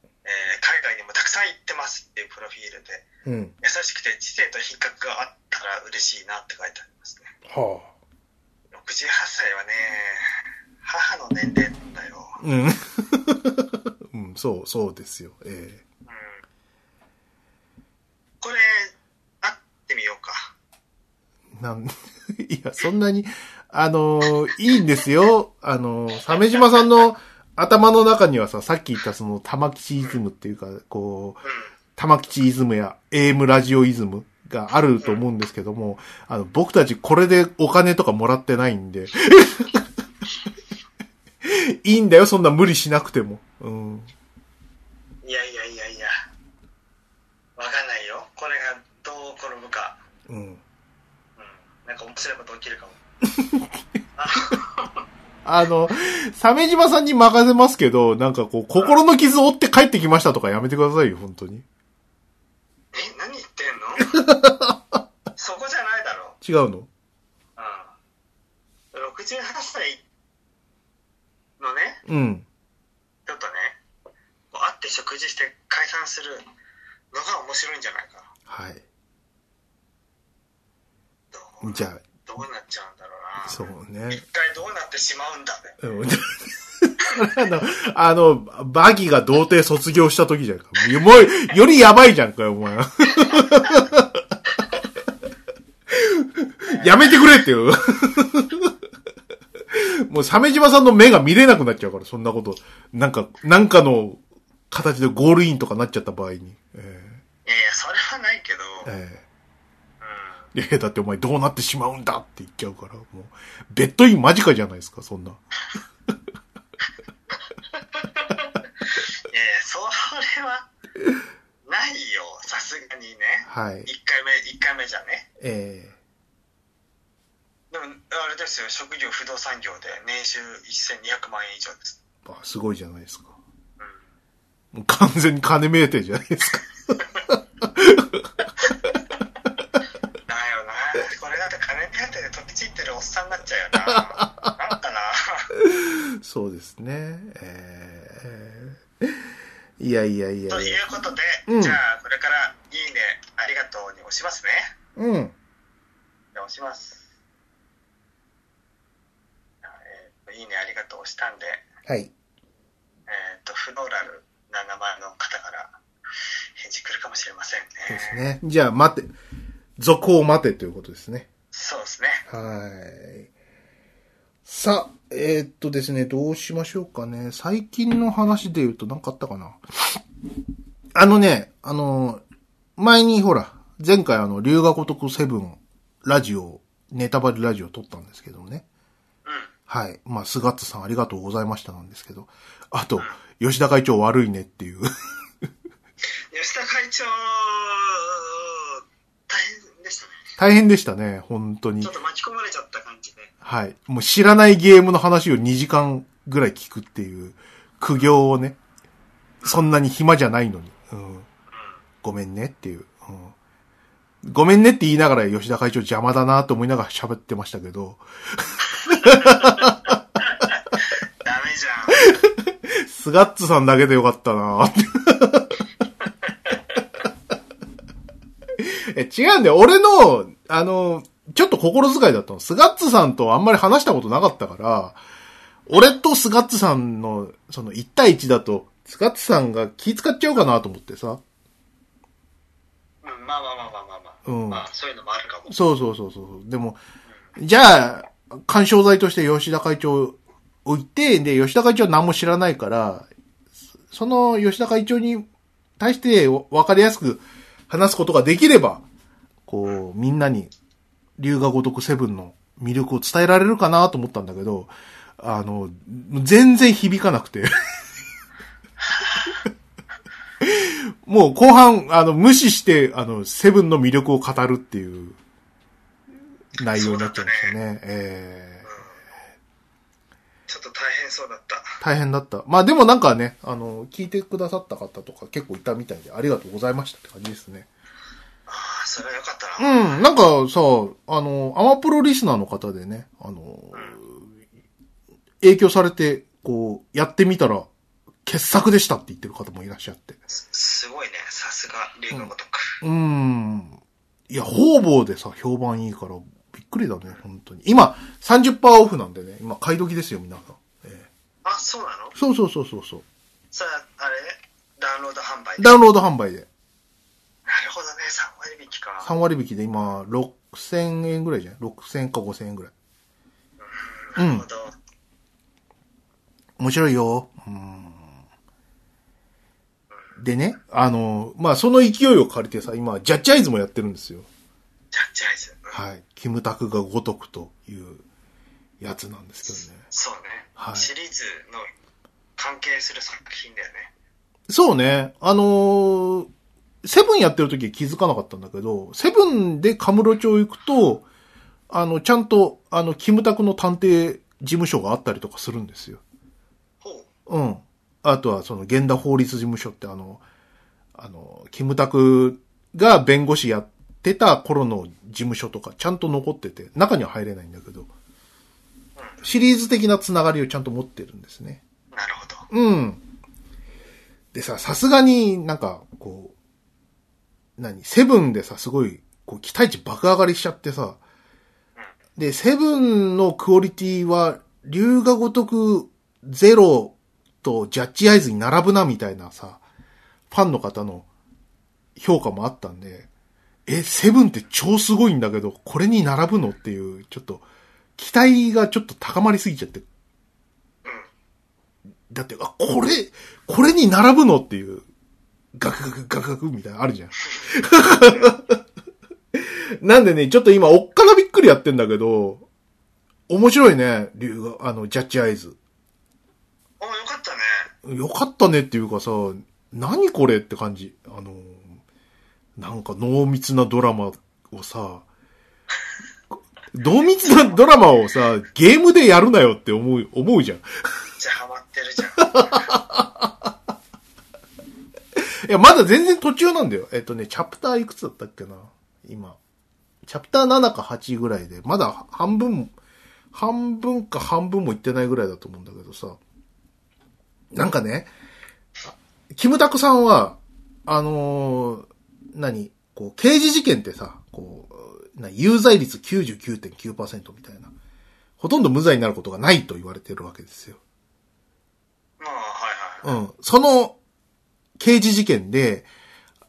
Speaker 1: えー海外にもたくさん行ってますっていうプロフィールで、
Speaker 2: うん。
Speaker 1: 優しくて知性と品格があったら嬉しいなって書いてありますね。
Speaker 2: は
Speaker 1: 68歳はね、母の年齢だよ。
Speaker 2: あ。うん。 うん、そう、そうですよ。え
Speaker 1: うん、これ、会ってみようか。
Speaker 2: えなん いや、そんなに、あのーいいんですよ。あのー、鮫島さんの頭の中にはさ、さっき言ったその、玉吉イズムっていうか、こう、
Speaker 1: うん。
Speaker 2: 玉吉イズムや、AM ラジオイズムがあると思うんですけども、あの、僕たちこれでお金とかもらってないんで、いいんだよ、そんな無理しなくても。うん。
Speaker 1: いやいやいやいや。わかんないよ。これがどう転ぶか。
Speaker 2: うん。
Speaker 1: うんなんか面白いこと起きるかも。
Speaker 2: あの、鮫島さんに任せますけど、なんかこう、心の傷を負って帰ってきましたとかやめてくださいよ、本当に。
Speaker 1: え、何言ってんの そこじゃないだろ
Speaker 2: 違うの
Speaker 1: う。うん。68歳
Speaker 2: うん。
Speaker 1: ちょっとね、こう会って食事して解散するのが面白いんじゃないか
Speaker 2: はい。
Speaker 1: と思う。
Speaker 2: じゃ
Speaker 1: どうなっちゃうんだろう
Speaker 2: あ、
Speaker 1: な。
Speaker 2: そうね
Speaker 1: 一。体どうなってしまうんだね。
Speaker 2: うんあの、あの、バギが童貞卒業した時じゃんか。もう、よりやばいじゃんかよ、お前。やめてくれっていう。もう、鮫島さんの目が見れなくなっちゃうから、そんなこと。なんか、なんかの形でゴールインとかなっちゃった場合に。え
Speaker 1: いやいや、それはないけど、
Speaker 2: え
Speaker 1: うん。
Speaker 2: ええいや、だってお前どうなってしまうんだって言っちゃうから、もう、ベッドイン間近じゃないですか、そんな。
Speaker 1: いやいや、それは、ないよ、さすがにね。
Speaker 2: はい。
Speaker 1: 一回目、一回目じゃね。
Speaker 2: ええ
Speaker 1: でも、あれですよ、職業不動産業で年収1200万円以上です。
Speaker 2: あ、すごいじゃないですか。もう完全に金目当てじゃないですか。
Speaker 1: だよな。これだって金目当てで飛びついてるおっさんになっちゃうよな。なんかな。
Speaker 2: そうですね。ええいやいやいや
Speaker 1: と
Speaker 2: い
Speaker 1: い
Speaker 2: や。
Speaker 1: うことで、
Speaker 2: うん
Speaker 1: じゃあこれから「いいねありがとう」に押しますね
Speaker 2: うん。
Speaker 1: じゃあ押します、えーいいねありがとう」押したんで
Speaker 2: はい。
Speaker 1: えっ、とフローラルな名前の方から返事来るかもしれません
Speaker 2: そうです
Speaker 1: ね
Speaker 2: ね。じゃあ、待て。続行を待てということですね。
Speaker 1: そうですね
Speaker 2: はい。さあ、えーっとですね、どうしましょうかね。最近の話で言うと何かあったかな。あのね、あの、前にほら、前回あの、龍河如くセブン、ラジオ、ネタバレラジオ撮ったんですけどね。
Speaker 1: うん
Speaker 2: はい。まあ、スガッツさんありがとうございましたなんですけど。あと、吉田会長悪いねっていう。
Speaker 1: 吉田会長大変でしたね
Speaker 2: 大変でしたね、本当に
Speaker 1: ちょっ。と巻き込まれちゃった感じで
Speaker 2: はい。もう知らないゲームの話を2時間ぐらい聞くっていう苦行をね、そんなに暇じゃないのに。うん、ごめんねっていう、うん。ごめんねって言いながら吉田会長邪魔だなと思いながら喋ってましたけど、
Speaker 1: ダメじゃん
Speaker 2: スガッツさんだけでよかったな って。え、違うんだよ。俺の、あの、ちょっと心遣いだったの。スガッツさんとあんまり話したことなかったから、俺とスガッツさんの、その1対1だと、スガッツさんが気使っちゃうかなと思ってさ。
Speaker 1: うんまあまあまあまあまあまあ、
Speaker 2: うん
Speaker 1: まあそういうのもあるかも
Speaker 2: そうそうそうそう。でも、じゃあ、干渉剤として吉田会長を置いて、で、吉田会長は何も知らないから、そその吉田会長に対してわわかりやすく話すことができれば、こう、みんなに、龍河如くセブンの魅力を伝えられるかなと思ったんだけど、あの、全然響かなくて。もう後半、あの、無視して、あの、セブンの魅力を語るっていう内容になっちゃうんですよね。えー
Speaker 1: ちょっと大変そうだった
Speaker 2: 大変だった。まあでもなんかね、あの、聞いてくださった方とか結構いたみたいで、ありがとうございましたって感じですね。
Speaker 1: ああそれはよかったな、
Speaker 2: うん、なんかさ、あの、アマプロリスナーの方でね、あの、影響されて、こう、やってみたら、傑作でしたって言ってる方もいらっしゃって。
Speaker 1: すすごいねさすが龍のごとく、
Speaker 2: うーん。いや、方々でさ、評判いいから、びっくりだね、本当に。今、30%オフなんでね、今、買い時ですよ、皆さん。ええ
Speaker 1: あそうなの
Speaker 2: そうそうそうそうそう。
Speaker 1: それはあれダウンロード販売
Speaker 2: ダウンロード販売で。
Speaker 1: なるほどね3割引きか
Speaker 2: 3割引きで今、6000円ぐらいじゃない ?6000 か5000円ぐらい。
Speaker 1: なるほど、
Speaker 2: 面白いよ。うん。でね、あの、まあ、その勢いを借りてさ、今、ジャッジアイズもやってるんですよ。
Speaker 1: ジャッジアイズ、うん
Speaker 2: はい。キムタクがごとくというやつなんですけどね。
Speaker 1: そうね、
Speaker 2: はい
Speaker 1: シリーズの関係する作品だよね
Speaker 2: そうね。あのーセブンやってる時は気づかなかったんだけど、セブンでカムロ町行くと、あの、ちゃんと、あの、キムタクの探偵事務所があったりとかするんですよ。
Speaker 1: ほう
Speaker 2: うん。あとは、その、現田法律事務所ってあの、あの、キムタクが弁護士やってた頃の事務所とか、ちゃんと残ってて、中には入れないんだけど、シリーズ的なつながりをちゃんと持ってるんですね。
Speaker 1: な
Speaker 2: うん。でさ、さすがになんか、こう、何セブンでさ、すごい、こう、期待値爆上がりしちゃってさ、で、セブンのクオリティは、龍が如くゼロとジャッジアイズに並ぶなみたいなさ、ファンの方の評価もあったんで、え、セブンって超すごいんだけど、これに並ぶのっていう、ちょっと、期待がちょっと高まりすぎちゃって、だって、あ、これ、これに並ぶのっていう、ガクガクガクガクみたいなのあるじゃん。 なんでね、ちょっと今、おっかなびっくりやってんだけど、面白いね、竜が、あの、ジャッジアイズ。
Speaker 1: およかったね
Speaker 2: よかったねっていうかさ、何これって感じ。あの、なんか濃密なドラマをさ、濃密なドラマをさ、ゲームでやるなよって思う、思うじゃん。
Speaker 1: めっちゃハマってる じゃん
Speaker 2: いや、まだ全然途中なんだよ。えっとね、チャプターいくつだったっけな今。チャプター7か8ぐらいで、まだ半分、半分か半分もいってないぐらいだと思うんだけどさ。なんかね、あキムタクさんは、あのー何こう、刑事事件ってさ、こう、な有罪率99.9%みたいな。ほとんど無罪になることがないと言われてるわけですよ。
Speaker 1: まあはいはい
Speaker 2: うん。その、刑事事件で、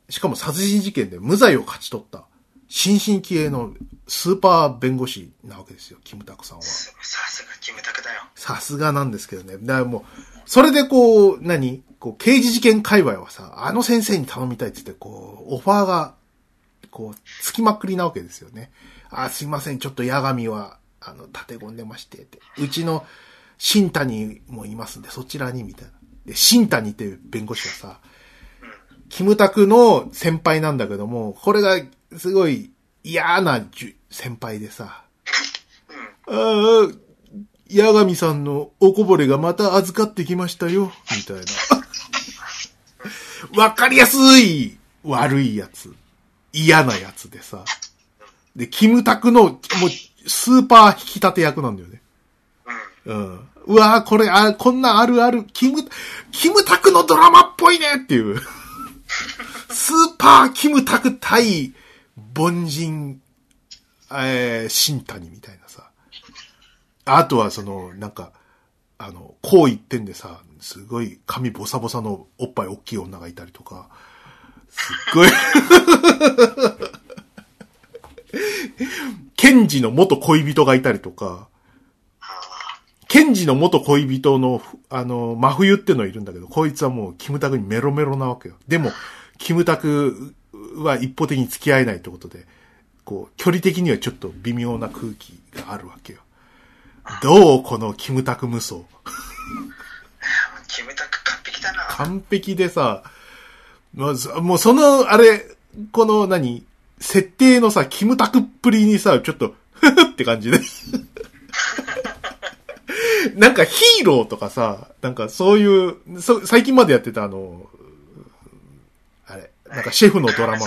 Speaker 2: しかも殺人事件で無罪を勝ち取った、新進気鋭のスーパー弁護士なわけですよ、キムタクさんは。
Speaker 1: すさすがキムタクだよ
Speaker 2: さすがなんですけどね。だからもう、それでこう、何こう、刑事事件界隈はさ、あの先生に頼みたいって言って、こう、オファーが、こう、つきまくりなわけですよね。あ、すいません、ちょっと矢神は、あの、立て込んでまして、って。うちの、新谷もいますんで、そちらに、みたいな。で、新谷っていう弁護士はさ、キムタクの先輩なんだけども、これが、すごい、嫌なじゅ先輩でさ、ああ、八神さんのおこぼれがまた預かってきましたよ、みたいな。 わかりやすい悪いやつ。嫌なやつでさ。で、キムタクの、もう、スーパー引き立て役なんだよね。
Speaker 1: うん
Speaker 2: うん。うわーこれ、あ、こんなあるある、キム、キムタクのドラマっぽいねっていう。 スーパーキムタク対凡人、えー、新谷みたいなさ。あとはその、なんか、あの、こう言ってんでさ、すごい髪ボサボサのおっぱい大きい女がいたりとか、すっごい、ケンジの元恋人がいたりとか、
Speaker 1: はあ
Speaker 2: ケンジの元恋人の、ふあの、真冬ってのいるんだけど、こいつはもうキムタクにメロメロなわけよ。でも、キムタクは一方的に付き合えないってことで、こう、距離的にはちょっと微妙な空気があるわけよ。どうこのキムタク無双。
Speaker 1: もうキムタク完璧だな
Speaker 2: 完璧でさ、まあそもうその、あれ、この何、設定のさ、キムタクっぷりにさ、ちょっと、ふふって感じで。 なんかヒーローとかさ、なんかそういう、そ最近までやってたあの、あれ、なんかシェフのドラマ、い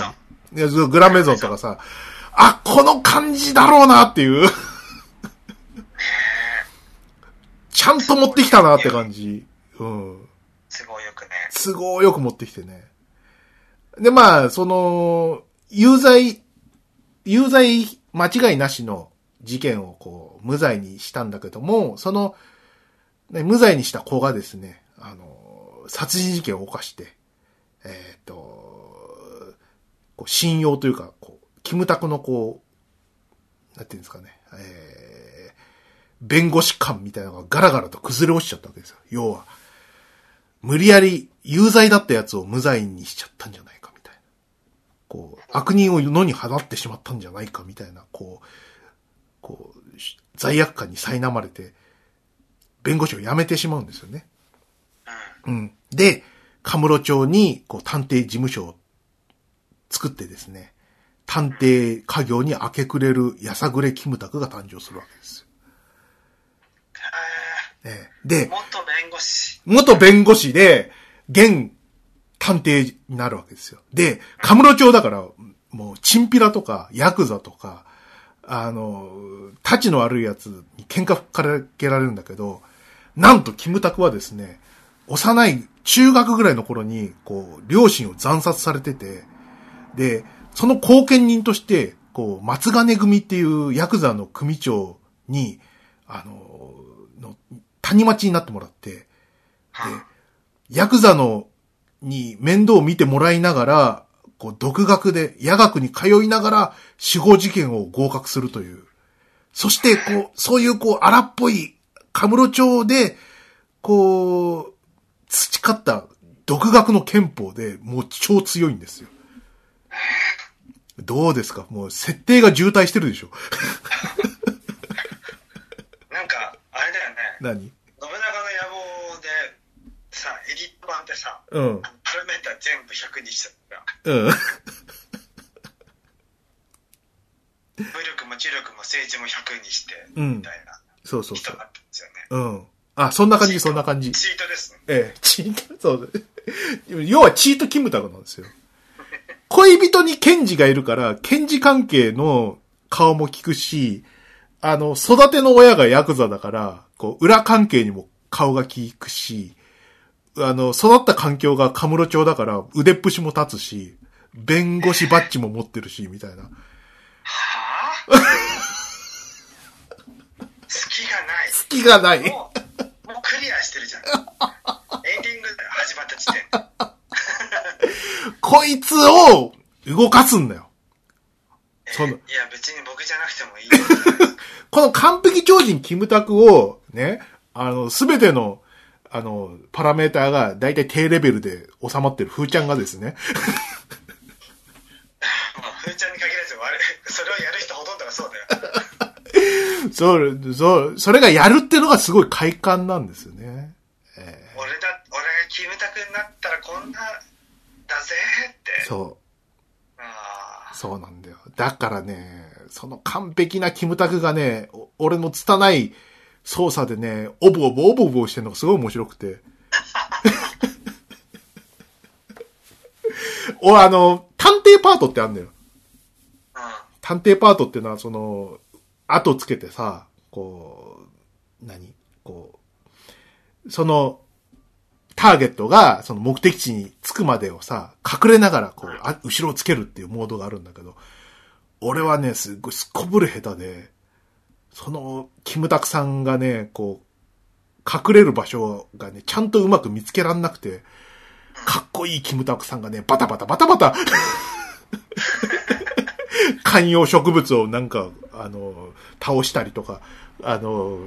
Speaker 2: やグラメゾンとかさ、あ、この感じだろうなっていう。ちゃんと持ってきたなって感じ。うん。
Speaker 1: すごいよくね
Speaker 2: 都合よく持ってきてね。で、まあ、その、有罪、有罪間違いなしの事件をこう、無罪にしたんだけども、その、ね無罪にした子がですね、あの、殺人事件を犯して、えーっ、と、こう信用というか、こう、キムタクのこう、なんていうんですかね、えー、弁護士官みたいなのがガラガラと崩れ落ちちゃったわけですよ。要は、無理やり有罪だったやつを無罪にしちゃったんじゃないかみたいな。こう、悪人を野に放ってしまったんじゃないかみたいな、こう、こう、し罪悪感に苛まれて、弁護士を辞めてしまうんですよね。うん。で、カムロ町に、こう、探偵事務所を作ってですね、探偵家業に明け暮れるやさぐれキムタクが誕生するわけですよ。ええで、
Speaker 1: 元弁護士
Speaker 2: 元弁護士で、現探偵になるわけですよ。で、カムロ町だから、もう、チンピラとか、ヤクザとか、あの、立ちの悪いやつに喧嘩吹っかけられるんだけど、なんとキムタクはですね、幼い、中学ぐらいの頃に、こう、両親を惨殺されてて、で、その後見人として、こう、松金組っていうヤクザの組長に、あの、の、谷町になってもらって、
Speaker 1: は
Speaker 2: ヤクザの、に面倒を見てもらいながら、こう、独学で、夜学に通いながら、司法試験を合格するという。そして、こう、そういう、こう、荒っぽい、カムロ町で、こう、培った、独学の憲法で、もう超強いんですよ。どうですかもう、設定が渋滞してるでしょ
Speaker 1: あなんかあれだよね
Speaker 2: 何
Speaker 1: 信長の野望でさエディット版ってさ
Speaker 2: うん。
Speaker 1: あのパルメータ全部100にしちゃ った
Speaker 2: うん。
Speaker 1: 武力も知力も政治も100にして
Speaker 2: うん
Speaker 1: みたいな
Speaker 2: そうそう
Speaker 1: 人
Speaker 2: そ
Speaker 1: だ
Speaker 2: う
Speaker 1: った。んですよね、
Speaker 2: うん。あ、そんな感じ、そんな感じ。
Speaker 1: チートですね
Speaker 2: ええ、チート、そう。要はチートキムタクなんですよ。恋人に検事がいるから、検事関係の顔も聞くし、あの、育ての親がヤクザだから、こう、裏関係にも顔が聞くし、あの、育った環境がカムロ町だから腕っぷしも立つし、弁護士バッジも持ってるし、みたいな。
Speaker 1: はあ隙がない
Speaker 2: 隙がない。
Speaker 1: もう、もうクリアしてるじゃん。エンディング始まった時点で。
Speaker 2: こいつを動かすんだよ。そんない
Speaker 1: や、別に僕じゃなくてもいいよ。
Speaker 2: この完璧超人キムタクを、ね、あの、すべての、あの、パラメーターがだいたい低レベルで収まってる風ちゃんがですね、
Speaker 1: まあ、ふーちゃんに限らず悪い、それを やる人ほとんどがそうだ よ。
Speaker 2: そう、そう、それがやるってのがすごい快感なんですよね。
Speaker 1: 俺だ、俺がキムタクになったらこんな、だぜーって。
Speaker 2: そ
Speaker 1: あ
Speaker 2: う、そうなんだよ。だからね、その完璧なキムタクがね、お俺の拙い操作でね、オブオブオブオブしてるのがすごい面白くて。お、あの、探偵パートってあるんだよ。
Speaker 1: あ、
Speaker 2: 探偵パートっていうのは、その、後つけてさ、こう、何こう、その、ターゲットが、その目的地に着くまでをさ、隠れながら、こう、あ後ろをつけるっていうモードがあるんだけど、俺はね、すっごいすっこぶる下手で、その、キムタクさんがね、こう、隠れる場所がね、ちゃんとうまく見つけらんなくて、かっこいいキムタクさんがね、バタバタバタバタ、観葉植物をなんか、あの、倒したりとか、あの、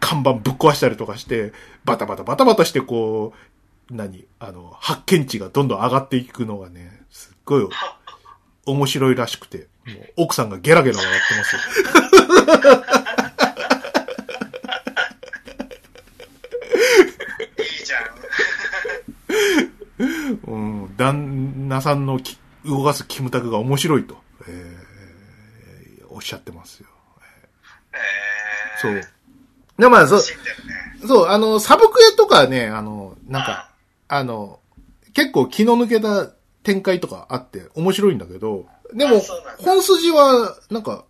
Speaker 2: 看板ぶっ壊したりとかして、バタバタバタバタして、こう、何あの、発見値がどんどん上がっていくのがね、すっごい面白いらしくて、もう奥さんがゲラゲラ笑ってますよ。
Speaker 1: うん。いいじゃん。
Speaker 2: うん、旦那さんのき動かすキムタクが面白いと、えーおっしゃってますよ。
Speaker 1: えー、
Speaker 2: そう。。で、まあ、そう、
Speaker 1: 死んだよね。
Speaker 2: そう、あの、サブクエとかね、あの、なんか、あの、結構気の抜けた展開とかあって面白いんだけど、でも
Speaker 1: あそうなんだ、
Speaker 2: 本筋は、なんか、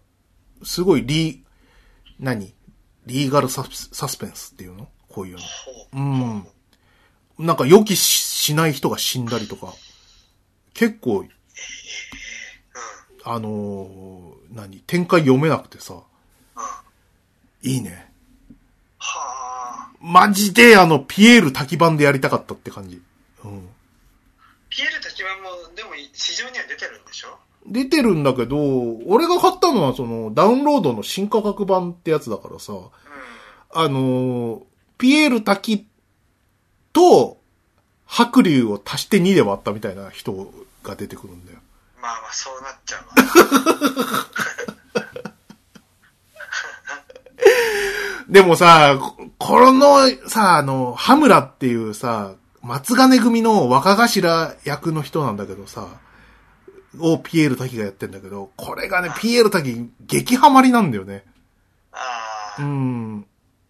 Speaker 2: すごいリー、何リーガルサスサスペンスっていうのこういうの。
Speaker 1: ほう。
Speaker 2: うん。なんか予期ししない人が死んだりとか、結構、あのー何展開読めなくてさ、
Speaker 1: うん。は
Speaker 2: いいね。
Speaker 1: あ。
Speaker 2: マジであの、ピエール滝版でやりたかったって感じ。うん。
Speaker 1: ピエール立場も、でも市場には出てるんでしょ
Speaker 2: 出てるんだけど、俺が買ったのはその、ダウンロードの新価格版ってやつだからさ、
Speaker 1: うん。
Speaker 2: あのーピエール滝と、白龍を足して2で割ったみたいな人が出てくるんだよ。
Speaker 1: まあまあ、そうなっちゃうわ。
Speaker 2: でもさ、ここのさ、あの、ハムラっていうさ、松金組の若頭役の人なんだけどさ、をピエール滝がやってんだけど、これがね、ピエール滝激ハマりなんだよね。
Speaker 1: ああ。
Speaker 2: う
Speaker 1: うん。
Speaker 2: ん。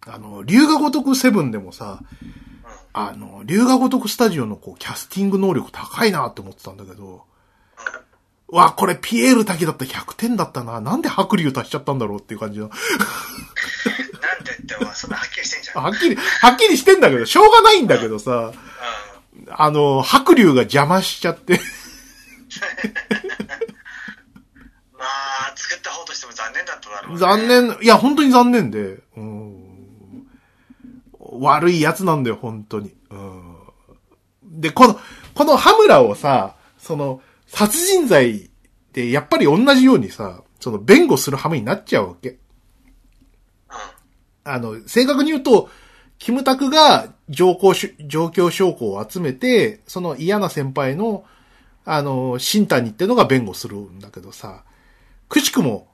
Speaker 2: あの、龍が如くセブンでもさ、あの、龍が如くスタジオのこう、キャスティング能力高いなって思ってたんだけど、わ、これピエール滝だったら100点だったな。なんで白龍足しちゃったんだろうっていう感じの。
Speaker 1: なんで、ってはそんなはっきりしてんじゃん。
Speaker 2: はっきり、はっきりしてんだけど、しょうがないんだけどさ、
Speaker 1: うん
Speaker 2: あの、白龍が邪魔しちゃって。
Speaker 1: まあ、作った方としても残念だっただろう、ね。
Speaker 2: 残。念、いや、本当に残念で、うん、悪いやつなんだよ、本当に。うん、で、この、このハムラをさ、その、殺人罪で、やっぱり同じようにさ、その、弁護するハムになっちゃうわけ。
Speaker 1: うん。
Speaker 2: あの、正確に言うと、キムタクが状況し、状況証拠を集めて、その嫌な先輩の、あの、新谷ってのが弁護するんだけどさ、くしくも、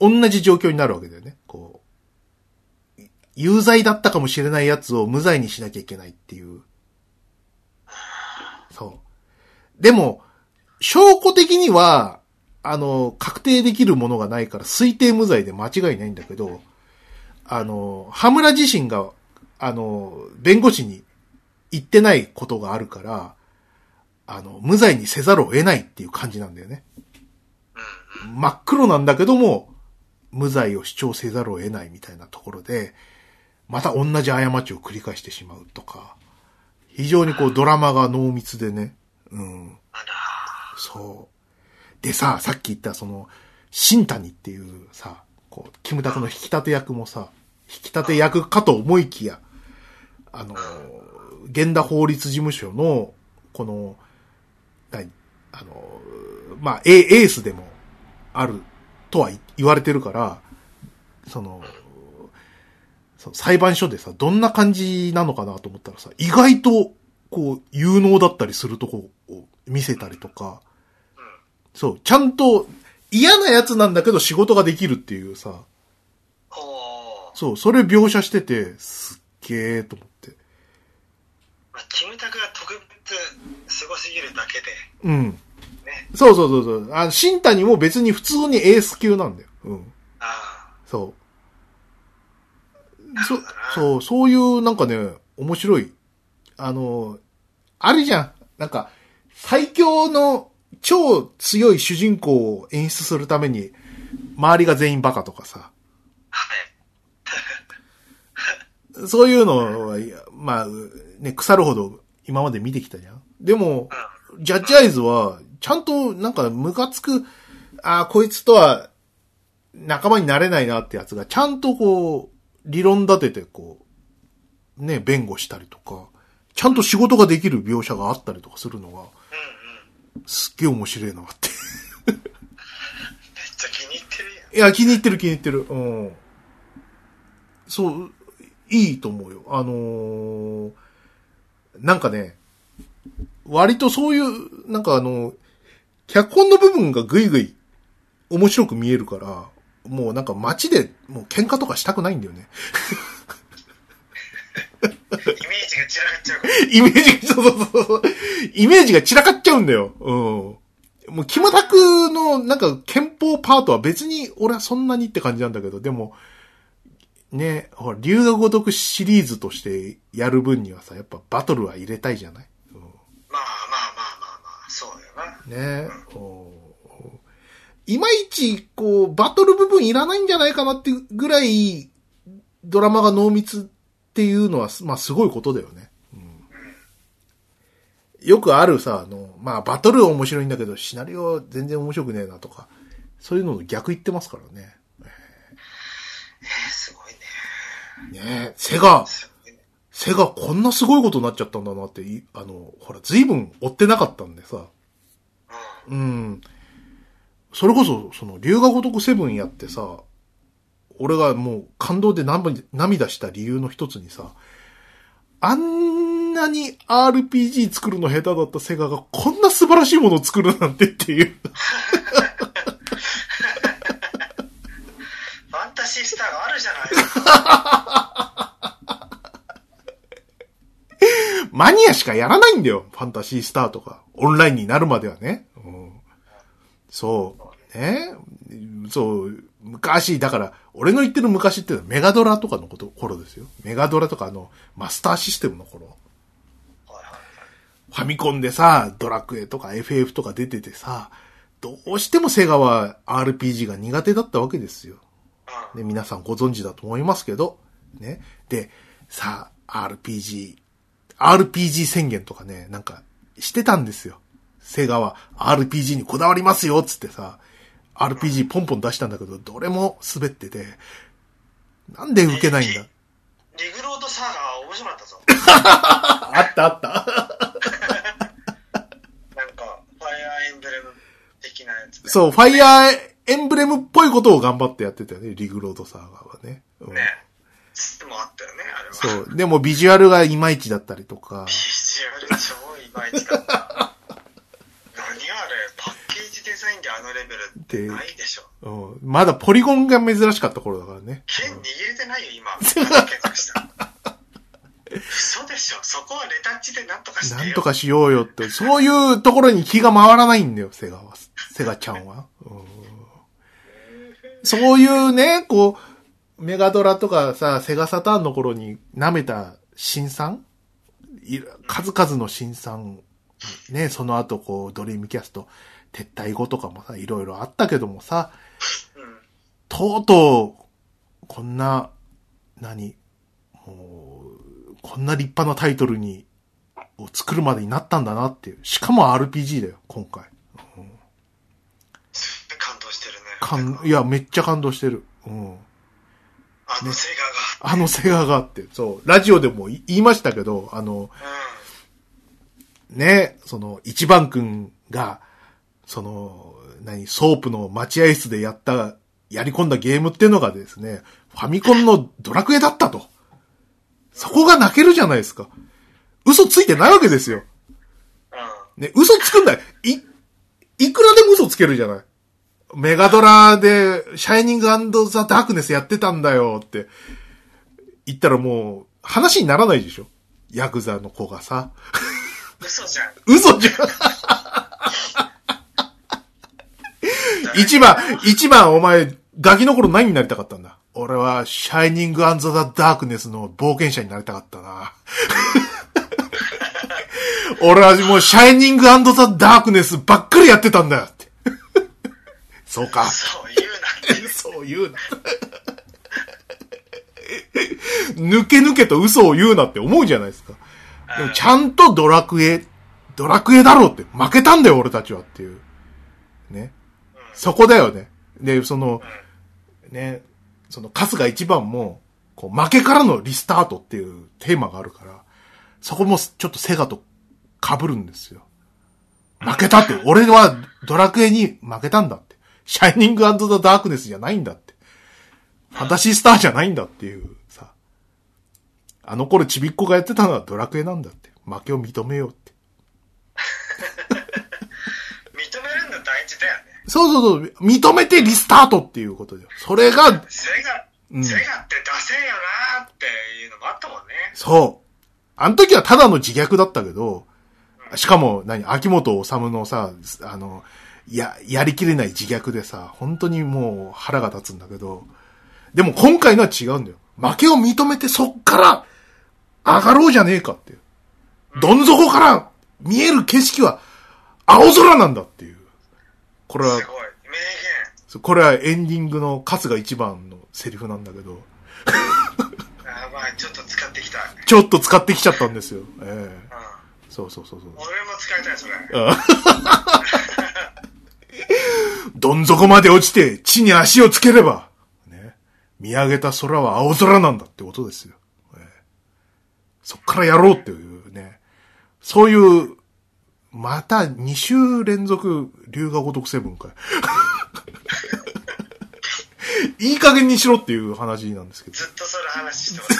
Speaker 2: 同じ状況になるわけだよね。こう、有罪だったかもしれないやつを無罪にしなきゃいけないっていう。そう。でも、証拠的には、あの、確定できるものがないから推定無罪で間違いないんだけど、あの、羽村自身が、あの、弁護士に言ってないことがあるから、あの、無罪にせざるを得ないっていう感じなんだよね。
Speaker 1: うん。
Speaker 2: 真っ黒なんだけども、無罪を主張せざるを得ないみたいなところで、また同じ過ちを繰り返してしまうとか、非常にこうドラマが濃密でね、うん、
Speaker 1: あら。
Speaker 2: そう。でさ、さっき言ったその、新谷っていうさ、こう、キムタクの引き立て役もさ、引き立て役かと思いきや、あの、現田法律事務所の、この、何あの、まあ、エエースでもあるとは言われてるから、その、その裁判所でさ、どんな感じなのかなと思ったらさ、意外と、こう、有能だったりするとこを見せたりとか、そう、ちゃんと嫌なやつなんだけど仕事ができるっていうさ、
Speaker 1: おおー。
Speaker 2: そう、それ描写してて、すっげーと思って。
Speaker 1: まあ、キムタクが特別すごすぎるだけで、
Speaker 2: うん。
Speaker 1: ね。
Speaker 2: そうそうそうそう。あ、新谷も別に普通にエース級なんだよ。うん。
Speaker 1: あ
Speaker 2: そう。そ、そう、そういうなんかね、面白い。あの、あるじゃん。なんか、最強の超強い主人公を演出するために、周りが全員バカとかさ。
Speaker 1: あ。はい。
Speaker 2: そういうのは、いやまあ、ね、腐るほど今まで見てきたじゃん。でも、ジャッジアイズは、ちゃんとなんかムカつく、ああ、こいつとは仲間になれないなってやつが、ちゃんとこう、理論立ててこう、ね、弁護したりとか、ちゃんと仕事ができる描写があったりとかするのが、
Speaker 1: うんうん。
Speaker 2: すっげえ面白いなって。
Speaker 1: めっちゃ気に入ってるやん。
Speaker 2: いや、気に入ってる気に入ってる。うん。そう、いいと思うよ。あのーなんかね、割とそういう、なんかあの、脚本の部分がぐいぐい面白く見えるから、もうなんか街でもう喧嘩とかしたくないんだよね。
Speaker 1: イメージが散らかっちゃうから。
Speaker 2: イメージが、そうそうそうそう。イメージが散らかっちゃうんだよ。うん。もう、キムタクの、なんか、憲法パートは別に、俺はそんなにって感じなんだけど、でも、ね、ほら、竜が如くシリーズとしてやる分にはさ、やっぱバトルは入れたいじゃない、うん
Speaker 1: まあまあまあまあまあ、そうよな。
Speaker 2: ねおいまいち、こう、バトル部分いらないんじゃないかなってぐらい、ドラマが濃密っていうのは、まあ、すごいことだよね。うん、よくあるさ、あの、まあ、バトルは面白いんだけど、シナリオは全然面白くねえなとか、そういうのの逆言ってますからね。
Speaker 1: えー、すごいね。
Speaker 2: ねえ、セガ、
Speaker 1: すごいね。
Speaker 2: セガこんなすごいことになっちゃったんだなって、いあの、ほら、随分追ってなかったんでさ。
Speaker 1: うん。
Speaker 2: うん。それこそ、その、龍が如くセブンやってさ、俺がもう感動で涙涙した理由の一つにさ、あんなに RPG 作るの下手だったセガがこんな素晴らしいものを作るなんてっていう。
Speaker 1: ファンタシースターがあるじゃないですか。
Speaker 2: マニアしかやらないんだよ。ファンタシースターとか。オンラインになるまではね。うん、そう。ね。そう。昔、だから、俺の言ってる昔ってのはメガドラとかのこと、頃ですよ。メガドラとかあの、マスターシステムの頃。
Speaker 1: はいはい
Speaker 2: ファミコンでさ、ドラクエとか FF とか出ててさ、どうしてもセガは RPG が苦手だったわけですよ。
Speaker 1: はい。うん。
Speaker 2: ね、皆さんご存知だと思いますけど、ね。で、さあ、RPG、RPG 宣言とかね、なんか、してたんですよ。セガは RPG にこだわりますよ、つってさ、RPG ポンポン出したんだけど、どれも滑ってて、なんで受けないんだ。
Speaker 1: リグロードサーガー面白かったぞ。
Speaker 2: ああったあった。
Speaker 1: なんか、ファイアーエンブレム的なやつで。
Speaker 2: そう、ファイアーエンブレムっぽいことを頑張ってやってたよね、リグロードサーガーはね。うん
Speaker 1: ね。質もあったよね、あれは。
Speaker 2: そ。う。でもビジュアルがいまいちだったりとか
Speaker 1: ビ。ジュアル超いまいちだった。何あれ、パッケージデザインであのレベルってないでしょ。
Speaker 2: うん、まだポリゴンが珍しかった頃だからね。
Speaker 1: 剣握れてないよ、 今。検索した。嘘でしょ。そこはレタッチでなんとかしてよ。
Speaker 2: なんとかしようよって。そういうところに気が回らないんだよ、セガは。セガちゃんは。うんそういうね、こう、メガドラとかさ、セガサターンの頃に舐めた新参い数々の新参、ね、その後こう、ドリームキャスト撤退後とかもさ、いろいろあったけどもさ、
Speaker 1: うん。
Speaker 2: とうとう、こんな、何、もう、こんな立派なタイトルに、を作るまでになったんだなっていう。しかも RPG だよ、今回。
Speaker 1: 感動してるね。
Speaker 2: 感、いや、めっちゃ感動してる。うん。
Speaker 1: あのセ
Speaker 2: あのセガがあって、そう、ラジオでもい言いましたけど、あの、
Speaker 1: ガが。うん。
Speaker 2: ね、その、一番くんが、その、何、ソープの待合室でやった、やり込んだゲームっていうのがですね、ファミコンのドラクエだったと。そこが泣けるじゃないですか。嘘ついてないわけですよ。
Speaker 1: う
Speaker 2: ね、嘘つくんだよ。い、いくらでも嘘つけるじゃない。メガドラで、シャイニングザ・ダークネスやってたんだよって、言ったらもう、話にならないでしょ。ヤクザの子がさ、
Speaker 1: ん。嘘じゃん。
Speaker 2: 嘘じゃん一番、一番お前、ガキの頃何になりたかったんだ俺は、シャイニングザ・ダークネスの冒険者になりたかったな。俺はもう、シャイニングザ・ダークネスばっかりやってたんだよって。そうか。
Speaker 1: そう言うなって。
Speaker 2: そう言うな。抜け抜けと嘘を言うなって思うじゃないですか。でもちゃんとドラクエ、ドラクエだろうって、負けたんだよ俺たちはっていう。ね。そこだよね。で、その、ね、その、春日一番も、こう、負けからのリスタートっていうテーマがあるから、そこもちょっとセガと被るんですよ。負けたって、俺はドラクエに負けたんだって。シャイニングザ・ダークネスじゃないんだって。ファンタシースターじゃないんだっていうさ。あの頃ちびっこがやってたのはドラクエなんだって。負けを認めようって。
Speaker 1: 認めるんだ大事だよね。
Speaker 2: そうそうそう。認めてリスタートっていうことだよ。それが、
Speaker 1: セガ、セガってダセえよなーっていうのもあったもんね。
Speaker 2: そう。あの時はただの自虐だったけど、しかも、何、秋元治のさ、あの、や、やりきれない自虐でさ、本当にもう腹が立つんだけど、でも今回のは違うんだよ。負けを認めてそっから上がろうじゃねえかっていう。どん底から見える景色は青空なんだっていう。これは
Speaker 1: す、ごい。名言。
Speaker 2: これはエンディングの春日一番のセリフなんだけど、
Speaker 1: やばい、ちょっと使ってきた。
Speaker 2: ちょっと使ってきちゃったんですよ。ええ
Speaker 1: うん。
Speaker 2: そうそうそうそう。
Speaker 1: 俺も使いたい、それ。
Speaker 2: どん底まで落ちて地に足をつければ、ね、見上げた空は青空なんだってことですよ。ええそっからやろうっていうね。そういう、また2週連続、龍河如くセブンか い。いい加減にしろっていう話なんですけど。
Speaker 1: ずっとそれ話してますよ。